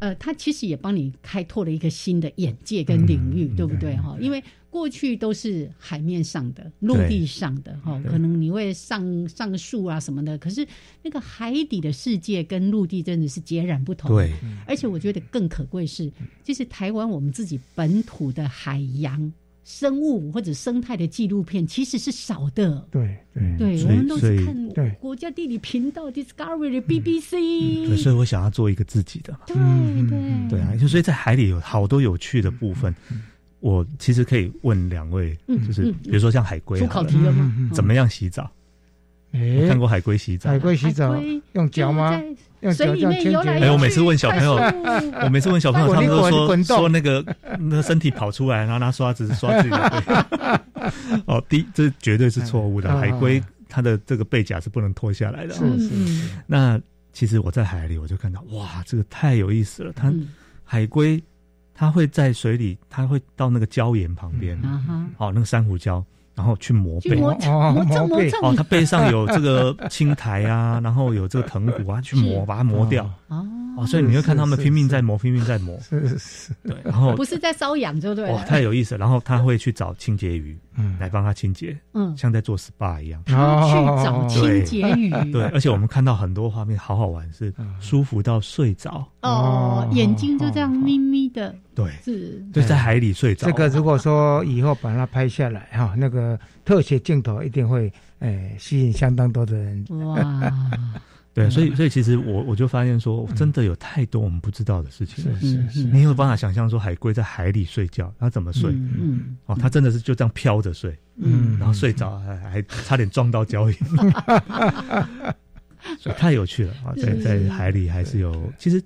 B: 呃，他其实也帮你开拓了一个新的眼界跟领
A: 嗯
B: 域，对不对哈？因为过去都是海面上的、陆地上的哈，
H: 对
B: 可能你会上上树啊什么的，可是那个海底的世界跟陆地真的是截然不同。
H: 对，
B: 而且我觉得更可贵是，其实台湾我们自己本土的海洋生物或者生态的纪录片其实是少的。
A: 对对
B: 对，我
E: 所
B: 们
E: 以
B: 都
E: 嗯所
B: 是
E: 以
B: 看
A: 对
B: 国家地理频道 Discovery、BBC，
E: 对所以我想要做一个自己的嘛。
B: 对对
E: 对啊，
A: 嗯
E: 就所以在海里有好多有趣的部分。我其实可以问两位，
B: 嗯
E: 就是
B: 嗯
E: 比如说像海龟好了，
B: 出考题了吗嗯嗯嗯
E: 怎么样洗澡？我看过海龟洗澡，
A: 哎海龟洗澡
B: 海龟
A: 用脚吗？用脚
B: 水
A: 这
B: 里
A: 样
B: 面
A: 牵
B: 游
A: 着。
B: 来
E: 哎，我每次问小朋友，
C: 嗯
E: 我每次问小朋友，他
A: 滚
E: 们
A: 一
E: 都
A: 滚
E: 说
A: 滚动
E: 说那个那个身体跑出来，然后拿刷子刷自己 的背。哦，第一这绝对是错误的，
A: 嗯
E: 海龟它的这个背甲是不能脱下来的。
A: 是是是
E: 那其实我在海里我就看到，哇，这个太有意思了！它
A: 嗯
B: 嗯
E: 海龟它会在水里，它会到那个礁岩旁边，
A: 嗯
B: 啊哈，
E: 哦，那个珊瑚礁，然后去磨
B: 去
E: 背。
B: 磨蹭磨蹭磨蹭，
E: 哦，它背上有这个 青苔啊，然后有这个藤壶啊，去磨，把它磨掉。哦，所以你会看他们拼命在磨，拼命在磨。
B: 嗯
A: 是是是，
E: 对， 然后
B: 不是在瘙痒就对
E: 哇，
A: 啊
B: 了，
E: 太有意思了。然后他会去找清洁鱼，
A: 嗯，
E: 来帮他清洁，
B: 嗯
E: 像在做 SPA 一样。
B: 他
A: 哦
B: 去找
E: 对
B: 清洁鱼，
A: 啊
E: 对，而且我们看到很多画面，好好玩，是
A: 嗯
E: 舒服到睡着。
B: 哦，眼睛就这样眯眯的，
E: 对，
B: 是，
E: 就在海里睡着。
A: 这个如果说以后把它拍下来哈、那个特写镜头一定会诶、吸引相当多的人。
B: 嗯哇，
A: 嗯
E: 对，所以所以其实我我就发现说，真的有太多我们不知道的事情。
A: 是是是
E: 你有办法想象说海龟在海里睡觉，它怎么睡？
B: 嗯
E: 哦，它真的是就这样飘着睡，
A: 嗯
E: 然后睡着还还差点撞 到礁岩，所以太有趣了啊！在
A: 是
E: 在海里还是有，其实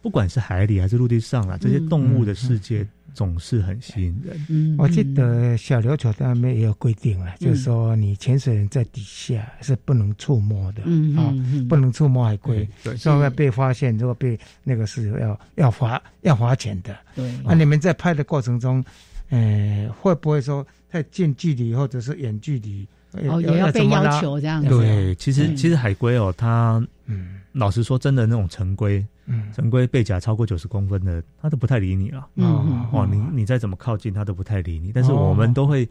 E: 不管是海里还是陆地上啊，这
A: 嗯
E: 些动物的世界总是很吸引人。
B: 嗯
A: 我记得小琉球他们也有规定了，就是说你潜水人在底下是不能触摸的，
B: 嗯
A: 啊
B: 嗯嗯
A: 不能触摸海龟，
E: 对
A: 所以要被发现，如果被那个是要要罚要罚钱的。
E: 哦
B: 对
E: 啊
B: 哦
A: 那、你们在拍的过程中，呃，会不会说太近距离或者是远距离？
B: 哦
E: 呃
B: 也要被
A: 怎么拉
B: 要求这样子
E: 对，其实
B: 嗯
E: 其实海龟哦，它
A: 嗯，
E: 老实说，真的那种成龟，
A: 嗯
E: 成龟背甲超过九十公分的，它都不太理你了。
A: 嗯哦
E: 哦，你你再怎么靠近，它都不太理你。但是我们都会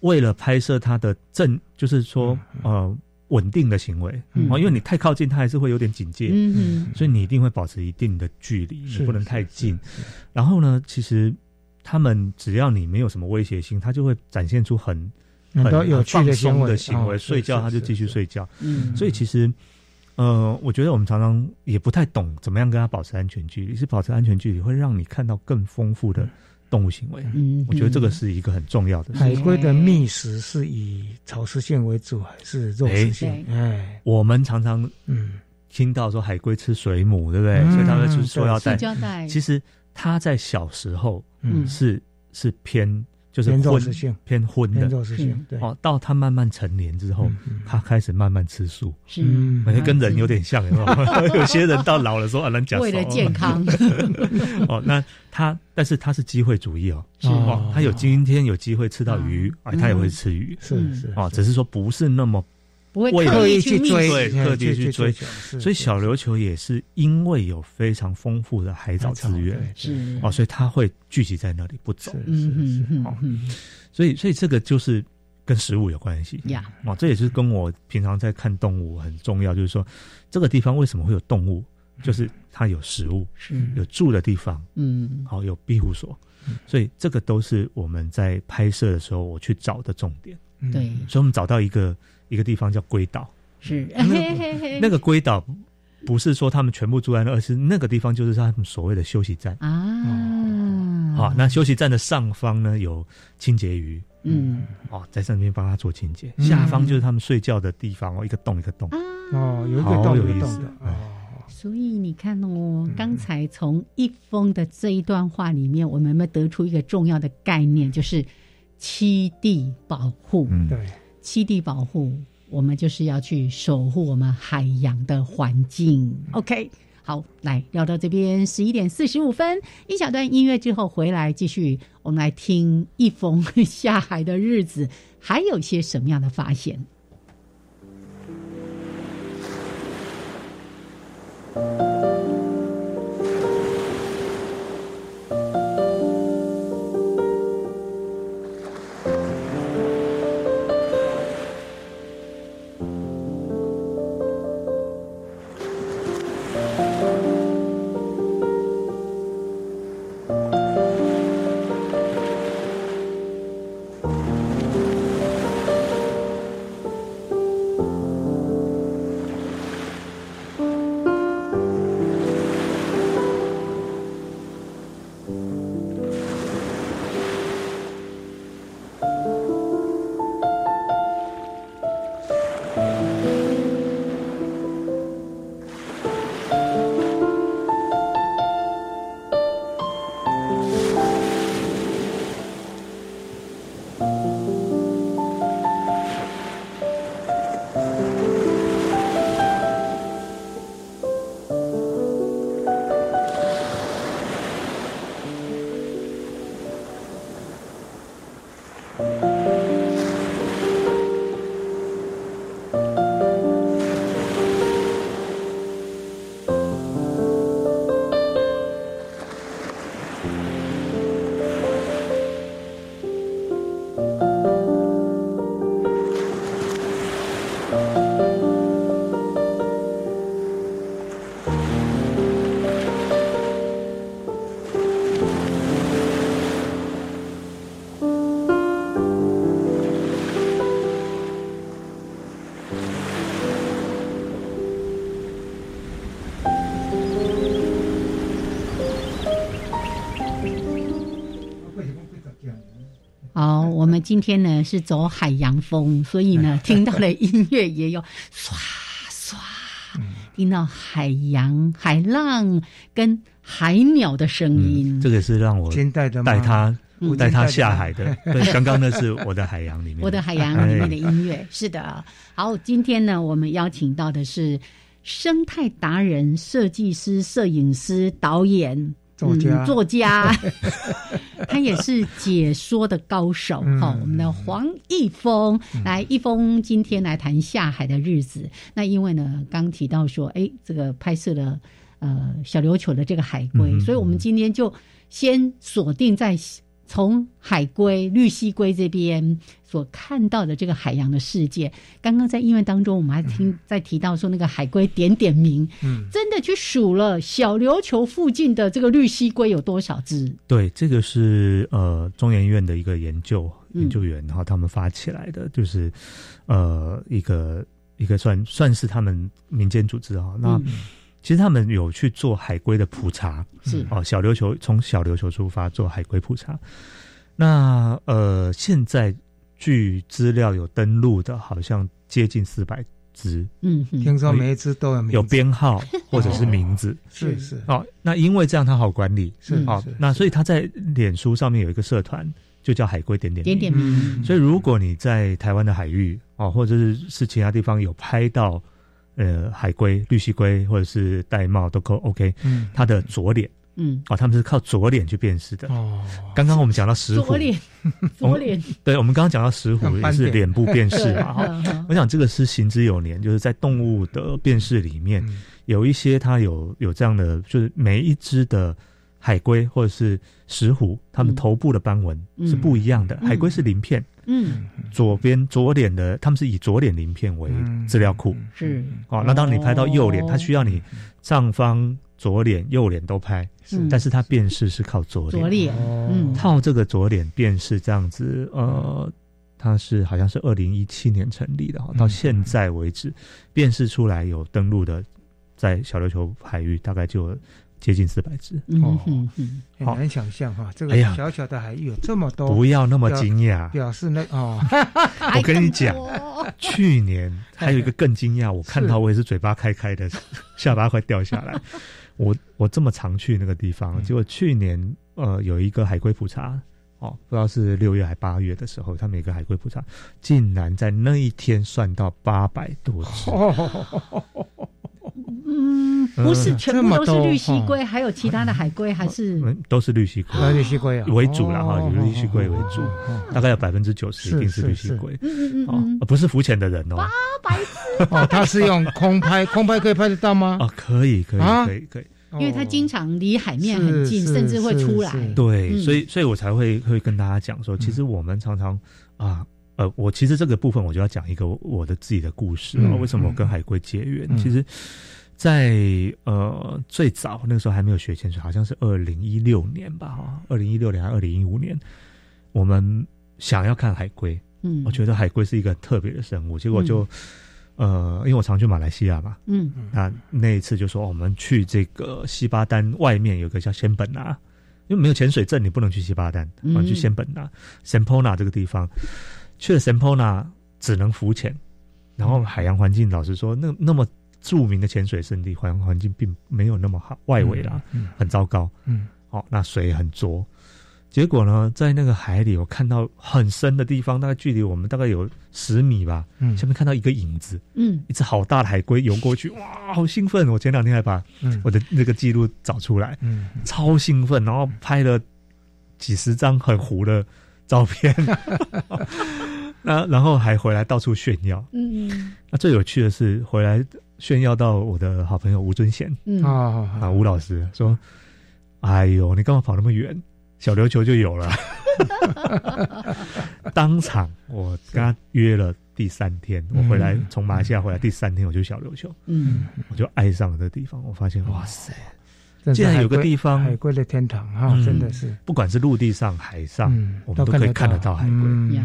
E: 为了拍摄它的正，就是说
A: 嗯
E: 呃稳定的行为
B: 嗯
E: 哦，因为你太靠近，它还是会有点警戒。
B: 嗯
E: 所以你一定会保持一定的距离，
A: 是
E: 你不能太近。然后呢，其实他们只要你没有什么威胁性，他就会展现出很
A: 很多有趣的
E: 很放松的
A: 行为
E: 行为。
A: 哦是
E: 睡觉
A: 是
E: 他就是继续睡觉。
B: 嗯
E: 所以其实，呃，我觉得我们常常也不太懂怎么样跟他保持安全距离，是保持安全距离会让你看到更丰富
A: 嗯
E: 的动物行为。
B: 嗯
E: 我觉得这个是一个很重要的事情。
A: 海龟的觅食是以草食性为主还是肉食性？哎，
E: 我们常常
A: 嗯
E: 听到说海龟吃水母，对不对？
A: 嗯
E: 所以它会吃塑料
B: 塑
E: 袋。
B: 胶袋，
E: 其实它在小时候
A: 嗯
E: 是是偏就是
A: 偏肉
E: 荤
A: 食性
E: 偏
B: 嗯
E: 荤的
A: 偏肉食性嗯对
E: 哦，到他慢慢成年之后，他开始慢慢吃素，
B: 是
A: 嗯
E: 哎跟人有点像，有没 有有些人到老了说啊，能讲
B: 为了健 康
E: 哦，那他但是他是机会主义哦，
B: 是
E: 哦，他有今天有机会吃到鱼，
A: 哦
E: 哎，他也会吃鱼，
A: 是是
E: 哦，只是说不是那么
B: 不会
E: 为了
B: 刻意
A: 去追
E: 对，
A: 嗯
E: 特地
A: 去
E: 去
A: 去
E: 追
A: 追求是，
E: 所以小琉球也是因为有非常丰富的海藻资源，
B: 是
E: 哦，所以他会聚集在那里不走，
B: 嗯嗯
E: 哦
B: 嗯嗯，
E: 所以所以这个就是跟食物有关系
B: 呀
E: 哦，这也是跟我平常在看动物很重要，就是说这个地方为什么会有动物，
A: 嗯
E: 就是它有食物，
B: 是
E: 有住的地方，
B: 嗯
E: 好、有庇护所，
A: 嗯
E: 所以这个都是我们在拍摄的时候我去找的重点。
B: 对，
E: 所以我们找到一个一个地方叫龟岛，
B: 是哎
E: 那 个龟岛不是说他们全部住在那，而是那个地方就是他们所谓的休息站。
B: 啊，
E: 好、那休息站的上方呢有清洁鱼，
B: 嗯，
E: 哦，在上面帮他做清洁，
A: 嗯
E: 下方就是他们睡觉的地方哦，一个洞一个洞，
B: 啊
A: 哦，有一个
E: 好
A: 洞
E: 有
A: 一
E: 意
A: 个
E: 思
A: 洞的，，
E: 哎
B: 所以你看哦，刚才从一封的这一段话里面，我们有没有得出一个重要的概念，就是七地保护？
E: 嗯
A: 对，
B: 七地保护，我们就是要去守护我们海洋的环境。OK，好，来聊到这边十一点四十五分，一小段音乐之后回来继续，我们来听一封 下海的日子，还有一些什么样的发现？好，我们今天呢是走海洋风，所以 呢听到的音乐也有唰唰，听到海洋、海浪跟海鸟的声音。
E: 嗯这个是让我
A: 清代的吗
E: 带他
A: 嗯
E: 带他下海的， 对，刚刚那是我的海洋里面，哎
B: 我的海洋里面的音乐，是的。好，今天呢，我们邀请到的是生态达人、设计师、摄影师、导演、
A: 作家
B: 嗯、作 家，他也是解说的高手
A: 嗯
B: 哈、我们的黄一峰，来，一峰今天来谈下海的日子。那因为呢，刚提到说，哎，这个拍摄了呃小琉球的这个海龟，
E: 嗯
B: 所以我们今天就先锁定在从海龟、绿蜥龟这边所看到的这个海洋的世界。刚刚在音乐当中，我们还
E: 嗯
B: 听在提到说那个海龟点点名，
A: 嗯，
B: 真的去数了小琉球附近的这个绿蜥龟有多少只？
E: 对，这个是呃中研院的一个研究
B: 嗯
E: 研究员哈、他们发起来的，就是呃一个一个算算是他们民间组织哈、那、
B: 嗯
E: 其实他们有去做海龟的普查，
B: 是
E: 哦，小琉球从小琉球出发做海龟普查。那呃，现在据资料有登录的，好像接近四百只，
B: 嗯哼
A: 听说每一只都有名字
E: 有编号或者是名字。哦
A: 是是
E: 哦，那因为这样它好管理，
A: 是嗯
E: 哦
A: 是，
E: 那所以他在脸书上面有一个社团，就叫海龟点点
B: 点点名。
E: 所以如果你在台湾的海域哦，或者是是其他地方有拍到呃海龟、绿蜥龟或者是玳瑁都够 OK，
A: 嗯
E: 它的左脸。
B: 嗯，
E: 哦，他们是靠左脸去辨识的。
A: 哦，
E: 刚刚我们讲到石虎，
B: 左脸， 左脸，
E: 对，我们刚刚讲到石虎
A: 像
E: 也
A: 嗯斑
E: 是啊
A: 点
E: 脸部辨识
B: 对
E: 嘛，哈
B: 嗯嗯
E: 我想这个是行之有年，就是在动物的辨识里面，有一些它有有这样的，就是每一只的海龟或者是石虎，它们
B: 嗯
E: 头部的斑纹是不一样的。
B: 嗯
E: 海龟是鳞片，
B: 嗯，
E: 左边左脸的，它们是以左脸鳞片为资料库。
B: 是
E: 哦，那当你拍到右脸，
B: 嗯哦
E: 它需要你上方、左脸、右脸都拍，
B: 嗯
E: 但是它辨识是靠左脸。
B: 左脸，嗯，
E: 套这个左脸辨识这样子，呃，它是好像是二零一七年成立的哈，到现在为止，辨识出来有登陆的，在小琉球海域大概就有接近四百只。
B: 嗯哼哼，
A: 很
E: 好
A: 难想象哈，这
E: 哎
A: 个
E: 呀
A: 小小的海域有这么多，
E: 不要那么惊讶，
A: 表示那哦，
E: 我跟你讲，去年还有一个更惊讶，我看
A: 是
E: 到我也是嘴巴开开 的，下巴快掉下来。我我这么常去那个地
A: 嗯
E: 方，结果去年呃有一个海龟普查，哦，不知道是六月还八月的时候，他们有一个海龟普查，竟然在那一天算到八百多只。
A: 哦
B: 嗯，不是
E: 嗯
B: 全部都
A: 这么
B: 是
A: 多
B: 绿蜥
A: 哈
B: 龟，还有其他的海龟，还是
E: 嗯，都是绿蜥龟
A: 那绿蜥龟啊
E: 为主了哈，
A: 哦
E: 以绿蜥龟为主，大概有百分之九十
A: 是
E: 一定是绿
A: 是
E: 蜥
A: 是
E: 龟
B: 嗯嗯
E: 哦
B: 嗯，
E: 呃不是浮潜的人哦，
A: 哦，它是用空拍，空拍可以拍得到吗？
E: 啊，可以可以
A: 啊
E: 可以可以，
B: 嗯因为它经常离海面
A: 是
B: 很近，
A: 是
B: 甚至会
A: 是
B: 出来。
A: 是
E: 对，
B: 嗯
E: 所以所以我才会会跟大家讲说，其
A: 嗯
E: 实我们常常啊。呃，我其实这个部分我就要讲一个我我的自己的故事啊、
A: 嗯
E: 为什么我跟海龟结缘？
A: 嗯
E: 其实在，呃最早那个时候还没有学潜水，好像是二零一六年吧，哈，二零一六年还二零一五年，我们想要看海龟，
B: 嗯，
E: 我觉得海龟是一个很特别的生物，结果
A: 嗯
E: 就、呃，因为我常去马来西亚嘛，
B: 嗯
E: 那那一次就说、哦我们去这个西巴丹外面有个叫仙本那，因为没有潜水证，你不能去西巴丹，我
B: 嗯
E: 们去仙本那、仙本那这个地方，去了仙本那只能浮潜，然后海洋环境老实说，那那么著名的潜水圣地，海洋环境并没有那么好，外围啦、
A: 嗯
E: 很糟糕，
A: 嗯，
E: 哦，那水很浊。结果呢，在那个海里，我看到很深的地方，大概距离我们大概有十米吧，
A: 嗯
E: 下面看到一个影子，
B: 嗯
E: 一只好大的海龟游过去，哇，好兴奋！我前两天还把
A: 嗯
E: 我的那个记录找出来，
A: 嗯，
E: 超兴奋，然后拍了几十张很糊的 照片，那然后还回来到处炫耀。
B: 嗯
E: 那最有趣的是，回来炫耀到我的好朋友吴尊贤
B: 嗯嗯，
A: 哦，
E: 啊，吴老师说：“哎呦，你干嘛跑那么远？小琉球就 有了。”当场我跟他约了第三天，我回来
A: 嗯
E: 从马来西亚回来第三天我就去小琉球。
B: 嗯
E: 我就爱上了这地方。我发现，哇塞，
A: 真是
E: 竟然有
A: 海龟
E: 个地方
A: 海龟的天堂哈
E: 嗯，
A: 真的是，
E: 不管是陆地上、海上，
A: 嗯
E: 我们都可以看得到海嗯龟，
B: 嗯呀，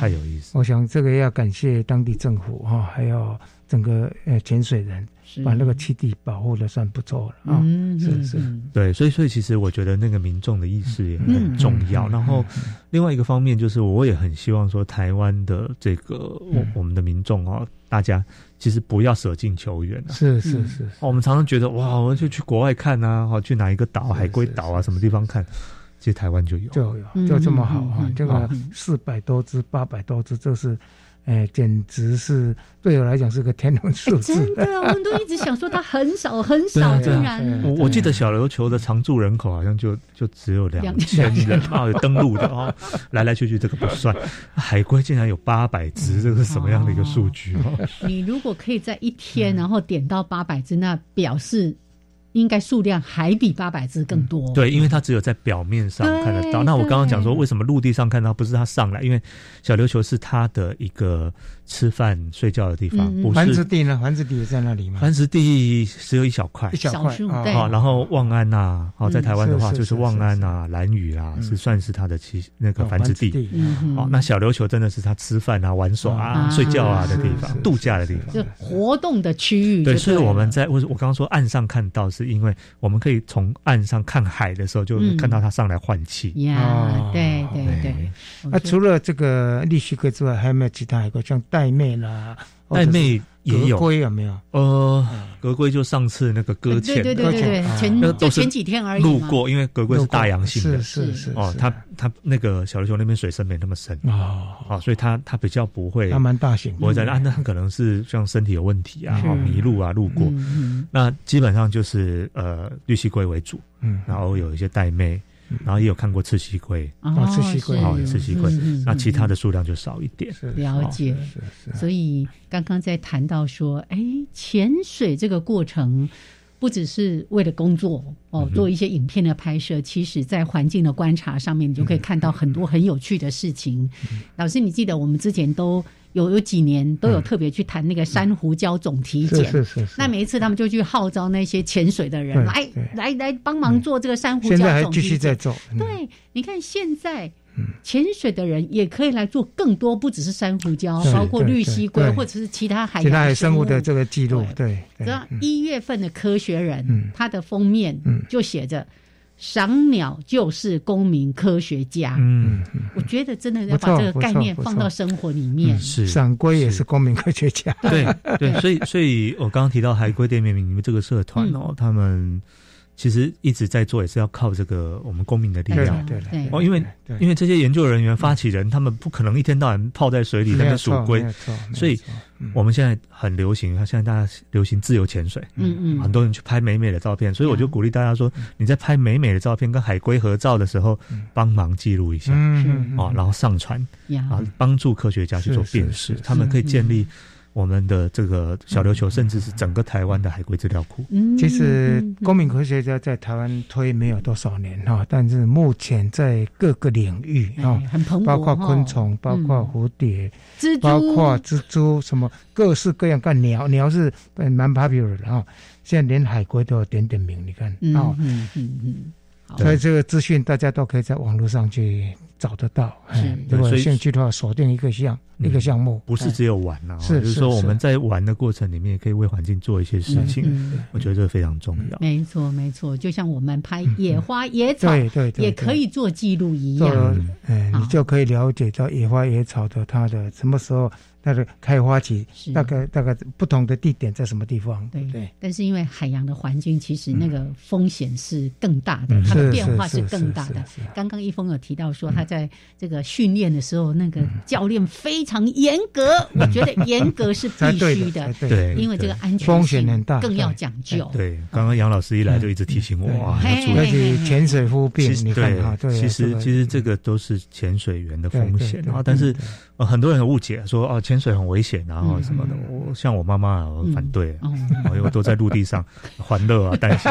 E: 太有意思。
A: 我想这个要感谢当地政府哈，还有整个呃潜水人
B: 是
A: 把那个栖地保护的算不错了啊。
B: 嗯
A: 是
B: 嗯
A: 是
B: 嗯
E: 对，所以所以其实我觉得那个民众的意识也很重
A: 嗯
E: 要。
A: 嗯嗯
E: 然后另外一个方面就是，我也很希望说，台湾的这个我
A: 嗯
E: 我们的民众哦，大家其实不要舍近求远啊。
A: 是是是，
E: 哦我们常常觉得哇，我们就去国外看啊，哦，去哪一个岛、海龟岛啊，什么地方看？其实台湾就有。
A: 就
B: 嗯
A: 有就这么好哈
B: 嗯嗯嗯，
A: 这个
B: 嗯
A: 四百多只、八百多只，这是，哎，简直是对我来讲是个天文数字
B: 真。的，我们都一直想说它很少很
E: 对
B: 少，
E: 啊
B: 竟
E: 对啊
B: 然
A: 对啊
E: 我我记得小琉球的常住人口好像就就只有两千人啊，有登陆的哦，来来去去这个不算。海龟竟然有八百只，这个是什么样的一个数据哦？
B: 你如果可以在一天，然后点到八百只，那表示应该数量还比八百只更多。，
E: 嗯对，因为它只有在表面上看得
B: 对
E: 到。那我刚刚讲说，
B: 对
E: 为什么陆地上看到不是它上来？因为小琉球是它的一个吃饭睡觉的地方，
B: 嗯嗯
E: 不
A: 繁殖
E: 是
A: 地呢？繁殖地也在那里吗？
E: 繁殖地只有一小块
A: 一。小
B: 小
A: 块
B: 树
A: 啊
B: 对
E: 好，
A: 啊
E: 然后望安呐、啊，哦，在
B: 嗯
E: 台湾的话
A: 是是
E: 就是
A: 是
E: 望安啊、兰屿啊，
A: 嗯
E: 是算是它的其那个
A: 哦
E: 繁殖地。
B: 嗯哼，
E: 哦，那小琉球真的是他吃饭啊、玩耍啊、
B: 啊
E: 睡觉啊的地
A: 是
E: 方，
A: 是
E: 度假的地方。
B: 就活动的区域就对
E: 对，
B: 了。
E: 所以我们在我我刚刚说岸上看到，是因为我们可以从岸上看海的时候，就
B: 嗯
E: 看到它上来换气。
B: 呀
A: 哦，
B: 对对
E: 哎
B: 对，我
A: 那
B: 觉得
A: 除了这个绿蜥龟之外，还有没有其他海龟，像玳瑁啦？或
E: 玳
A: 哦者是
E: 瑁哎也有
A: 格嗯龟有没有？
E: 呃，格龟就上次那个搁浅，
B: 对对对对对，前
E: 啊那都
B: 就是前几天而已嘛
E: 路过，因为格龟是大洋性的，
A: 是是是
E: 哦
A: 是，
E: 它它那个小琉球那边水深没那么深
A: 哦，
E: 哦，所以它它比较不会，
A: 它蛮大型的
E: 不会在那，啊那可能是像身体有问题啊，
A: 是
E: 哦迷路啊，路过
A: 嗯嗯，
E: 那基本上就是呃绿蜥龟为主，
A: 嗯
E: 然后有一些带妹。然后也有看过赤蜥龟，
B: 哦赤蜥龟是
E: 哦，有赤蜥龟
B: 嗯嗯，
E: 那其他的数量就少一点。
A: 嗯
B: 了
E: 哦
B: 解，所以刚刚在谈到说，哎，潜水这个过程。哦不只是为了工作
E: 嗯
B: 哦，做一些影片的拍摄，其实在环境的观察上面，你就可以看到很多很有趣的事情。
E: 嗯
B: 老师，你记得我们之前都有有几年都有特别去谈那个珊瑚礁总体检，
A: 是是是是
B: 那每一次他们就去号召那些潜水的人
A: 对
B: 来
A: 对嗯
B: 来来帮忙做这个珊瑚礁总体
A: 现
B: 检。
A: 在还继续在嗯做，
B: 对，你看现在潜水的人也可以来做更多，不只是珊瑚礁，
A: 是
B: 包括
A: 对
B: 绿
A: 对
B: 蜥龟
A: 对
B: 或者是其他海
A: 其他海
B: 洋
A: 生物
B: 物
A: 的这个记录，对
B: 只
A: 对
B: 要一月份的《科学人》
A: 嗯
B: 它的封面
A: 嗯
B: 就写着“赏鸟就是公民科学家”。
E: 嗯，
B: 我觉得真的要
A: 不
B: 把
A: 错
B: 这个
A: 不
B: 概
A: 错
B: 念
A: 不
B: 放
A: 错
B: 到生活里
A: 嗯
B: 面。
E: 嗯是
A: 闪龟也是公民科学家，
E: 对对，所以所以我刚刚提到海龟店面，你们这个社团
A: 嗯
E: 哦，他们其实一直在做，也是要靠这个我们公民的力
A: 对
E: 量。
A: 了对了
B: 对
E: 哦，因为
A: 对
E: 因为这些研究人员、发起人，他们不可能一天到晚泡在水里那
A: 没
E: 边
A: 有
E: 数
A: 错
E: 龟
A: 没有错，没有
E: 所以我们现在很流行，现在大家流行自由潜水，
B: 嗯嗯
E: 很多人去拍美美的照片，
A: 啊
E: 所以我就鼓励大家说，
A: 嗯
E: 你在拍美美的照片跟海龟合照的时候，帮忙记录一下，
A: 嗯
E: 哦，然后上传，
B: 呀
E: 啊，帮助科学家去做辨识，他们可以建立我们的这个小琉
A: 嗯
E: 球，甚至是整个台湾的海龟资料库。
B: 嗯
A: 其实公民科学家在台湾推没有多少年哈，但是目前在各个领域啊
B: 哎很蓬勃，
A: 包括昆
B: 哦
A: 虫，包括蝴蝶，
B: 蜘蛛
A: 包括哦蜘蛛，什么各式各样干鸟，鸟是呃蛮 popular 的哈。现在连海龟都有点点名，你看
B: 嗯
A: 哦，
B: 嗯嗯嗯，好
A: 所以这个资讯大家都可以在网络上去找得到。哎如果有
E: 对所以嗯
A: 兴趣的话，锁定一个项一个项目，
E: 不是只有玩啊，
A: 是
E: 就是
A: 是
E: 说我们在玩的过程里面，也可以为环境做一些事情
B: 嗯嗯，
E: 我觉得这非常重
A: 嗯
E: 要。
B: 没错没错，就像我们拍野花野草，
A: 对对对
B: 也
A: 对
B: 可以做记录一
A: 做了
B: 样。，啊
A: 哎，你就可以了解到野花野草的它的什么时候它的开花期，
B: 嗯
A: 大概大概不同的地点在什么地方，对不对？
B: 但是因为海洋的环境，其实那个风险是更大的，
A: 嗯
B: 它的
A: 是
B: 变化
A: 是是
B: 更大的
A: 是是是。
B: 刚刚一峰有提到说，他在这个训练的时候，那个
A: 嗯
B: 教练非常严格，我觉得严格是
A: 才
B: 必
A: 对
B: 须
A: 的
B: 的
A: 嗯 才，对
E: 的
B: 因为这个安全性
A: 风险很大
B: 更要讲究。
E: 对，刚刚杨老师一来就一直提醒我，哇，要注
A: 尤
B: 哎
E: 意。
A: 其潜水夫病
E: 其，实
A: 嗯哎你看哈，对啊，
E: 其
A: 这
E: 实
A: 个
E: 其实这个都是潜水员的风
A: 对对
E: 险，
A: 对
E: 然后但是呃很多人有误解说哦潜水很危险，然后
A: 嗯
E: 什么的。我像我妈妈啊，我反对，
B: 哦
J: 嗯
E: 因为我都在陆 地上欢乐啊，担心。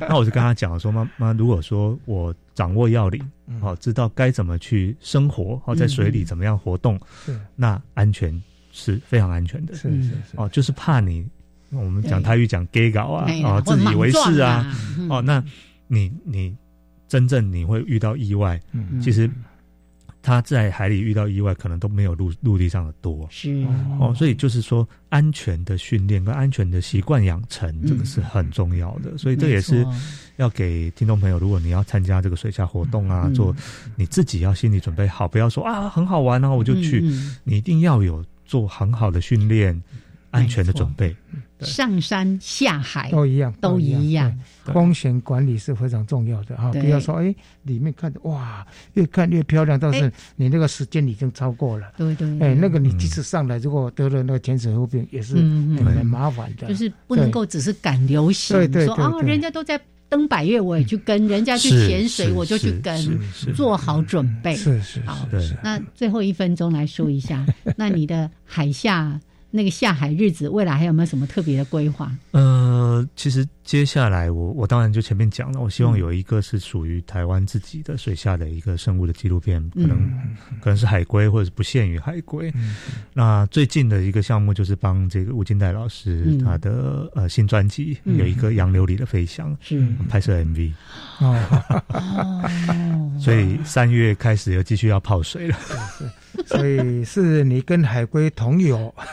E: 那我就跟她讲说，妈妈，如果说我掌握要领，好知道该怎么去生活，好在水里
J: 嗯
E: 怎么样活动
J: 是，
E: 那安全是非常安全的。
A: 是是是
E: 呃哦，就是怕你我们讲
J: 对
E: 台语讲 gay 搞啊
J: 哎，呀
E: 哦
J: 或
E: 自以为
J: 莽
E: 是
J: 撞
E: 啊
J: 啊嗯，
E: 哦那你你真正你会遇到意外，
A: 嗯
E: 其实他在海里遇到意外，可能都没有陆陆地上的多。
B: 是
E: 哦，所以就是说，安全的训练跟安全的习惯养成，
J: 嗯
E: 这个是很重要的。所以这
J: 没
E: 也是
J: 错
E: 要给听众朋友，如果你要参加这个水下活动啊，
J: 嗯
E: 做你自己要心理准备好，不要说啊很好玩啊我就去，
B: 嗯嗯
E: 你一定要有做很好的训练，安全的准备。
B: 上山下海
A: 哎都一样，
B: 都一样。
A: 对风险管理是非常重要的哈，
B: 对
A: 不要说哎，里面看着哇，越看越漂亮，但是
B: 哎
A: 你那个时间已经超过了。
B: 对对，
A: 哎，
B: 对
A: 那个
E: 嗯
A: 你即使上来，如果得了那个潜水后病，也是
B: 嗯嗯
A: 很很麻烦的，
B: 就是不能
A: 对
B: 够只是赶流行，
A: 对对
B: 说
A: 对
B: 啊，
A: 对
B: 人家都在登百越，我也去跟；人家去
A: 是
B: 潜水，
A: 是
B: 我就去
A: 是
B: 跟
A: 是是，
B: 做好准
E: 哎
B: 备。
A: 是是
B: 好
A: 是是，
B: 那最后一分钟来说一 下，那你的海下那个下海日子，未来还有没有什么特别的规划？
E: 呃，其实接下来我我当然就前面讲了，我希
J: 嗯
E: 望有一个是属于台湾自己的水下的一个生物的纪录片，可能、
J: 嗯
E: 可能是海龟，或者是不限于海龟。那最近的一个项目就是帮这个吴金代老师
J: 嗯
E: 他的、呃新专辑
J: 嗯
E: 有一个洋琉璃的飞翔，
B: 是
E: 拍摄 MV。
B: 哦，
E: 所以三月开始又继续要泡水了。
A: 所以是你跟海龟同游，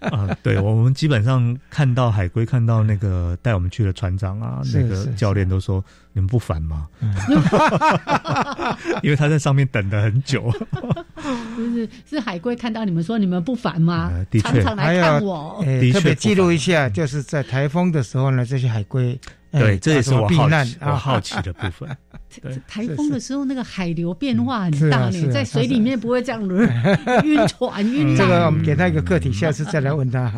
E: 啊，对，我们基本上看到海龟，看到那个带我们去的船长啊，
A: 嗯是
E: 那个
A: 是嗯
E: 教练都说你们不烦吗？ 因为他在上面等了很久。
B: 是是海龟看到你们说你们不烦吗？
E: 呃的
B: 常
E: 确
B: 常
A: 还
B: 来看
A: 有
B: 我，
A: 呃
E: 哦的
A: 特
E: 确
A: 别
E: 不嗯
A: 记录一下，就是在台风的时候呢，这些海龟哎
E: 对，这也是我
A: 遭
E: 好
A: 受避难
E: 奇我
A: 啊，
E: 好奇的 部分。对，
B: 台风的时候那个海流变化很
A: 是
B: 大
A: 啊
B: 呢
A: 是，啊嗯
B: 在水里面不会这样轮晕 船晕
E: 嗯
A: 这个我
B: 浪。
A: 们给他一个课题，下次再来问 他。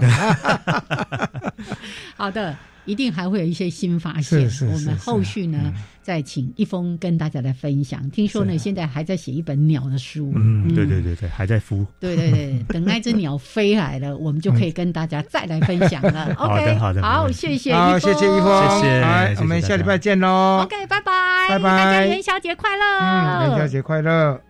B: 好的，一定还会有一些新发现
A: 是是。是嗯
B: 我们后续呢再请一峰跟大家来分享。听
A: 啊
B: 说呢现在还在写一本鸟的书，
E: 嗯，对对对对，还在孵。
B: 对对对，等那只鸟飞来 了，我们就可以跟大家再来分享
A: 嗯
B: 了。
E: 好的
B: OK，
E: 好的没
B: 好，
E: 问
B: 谢谢，
A: 好，谢谢一峰，
E: 谢谢
A: 好
E: 谢谢
A: 我们
E: 大
A: 下礼
E: 家
A: 拜见喽。
B: OK，拜拜，
A: 拜拜
B: 大家元宵节快乐，
A: 嗯，元宵节快乐。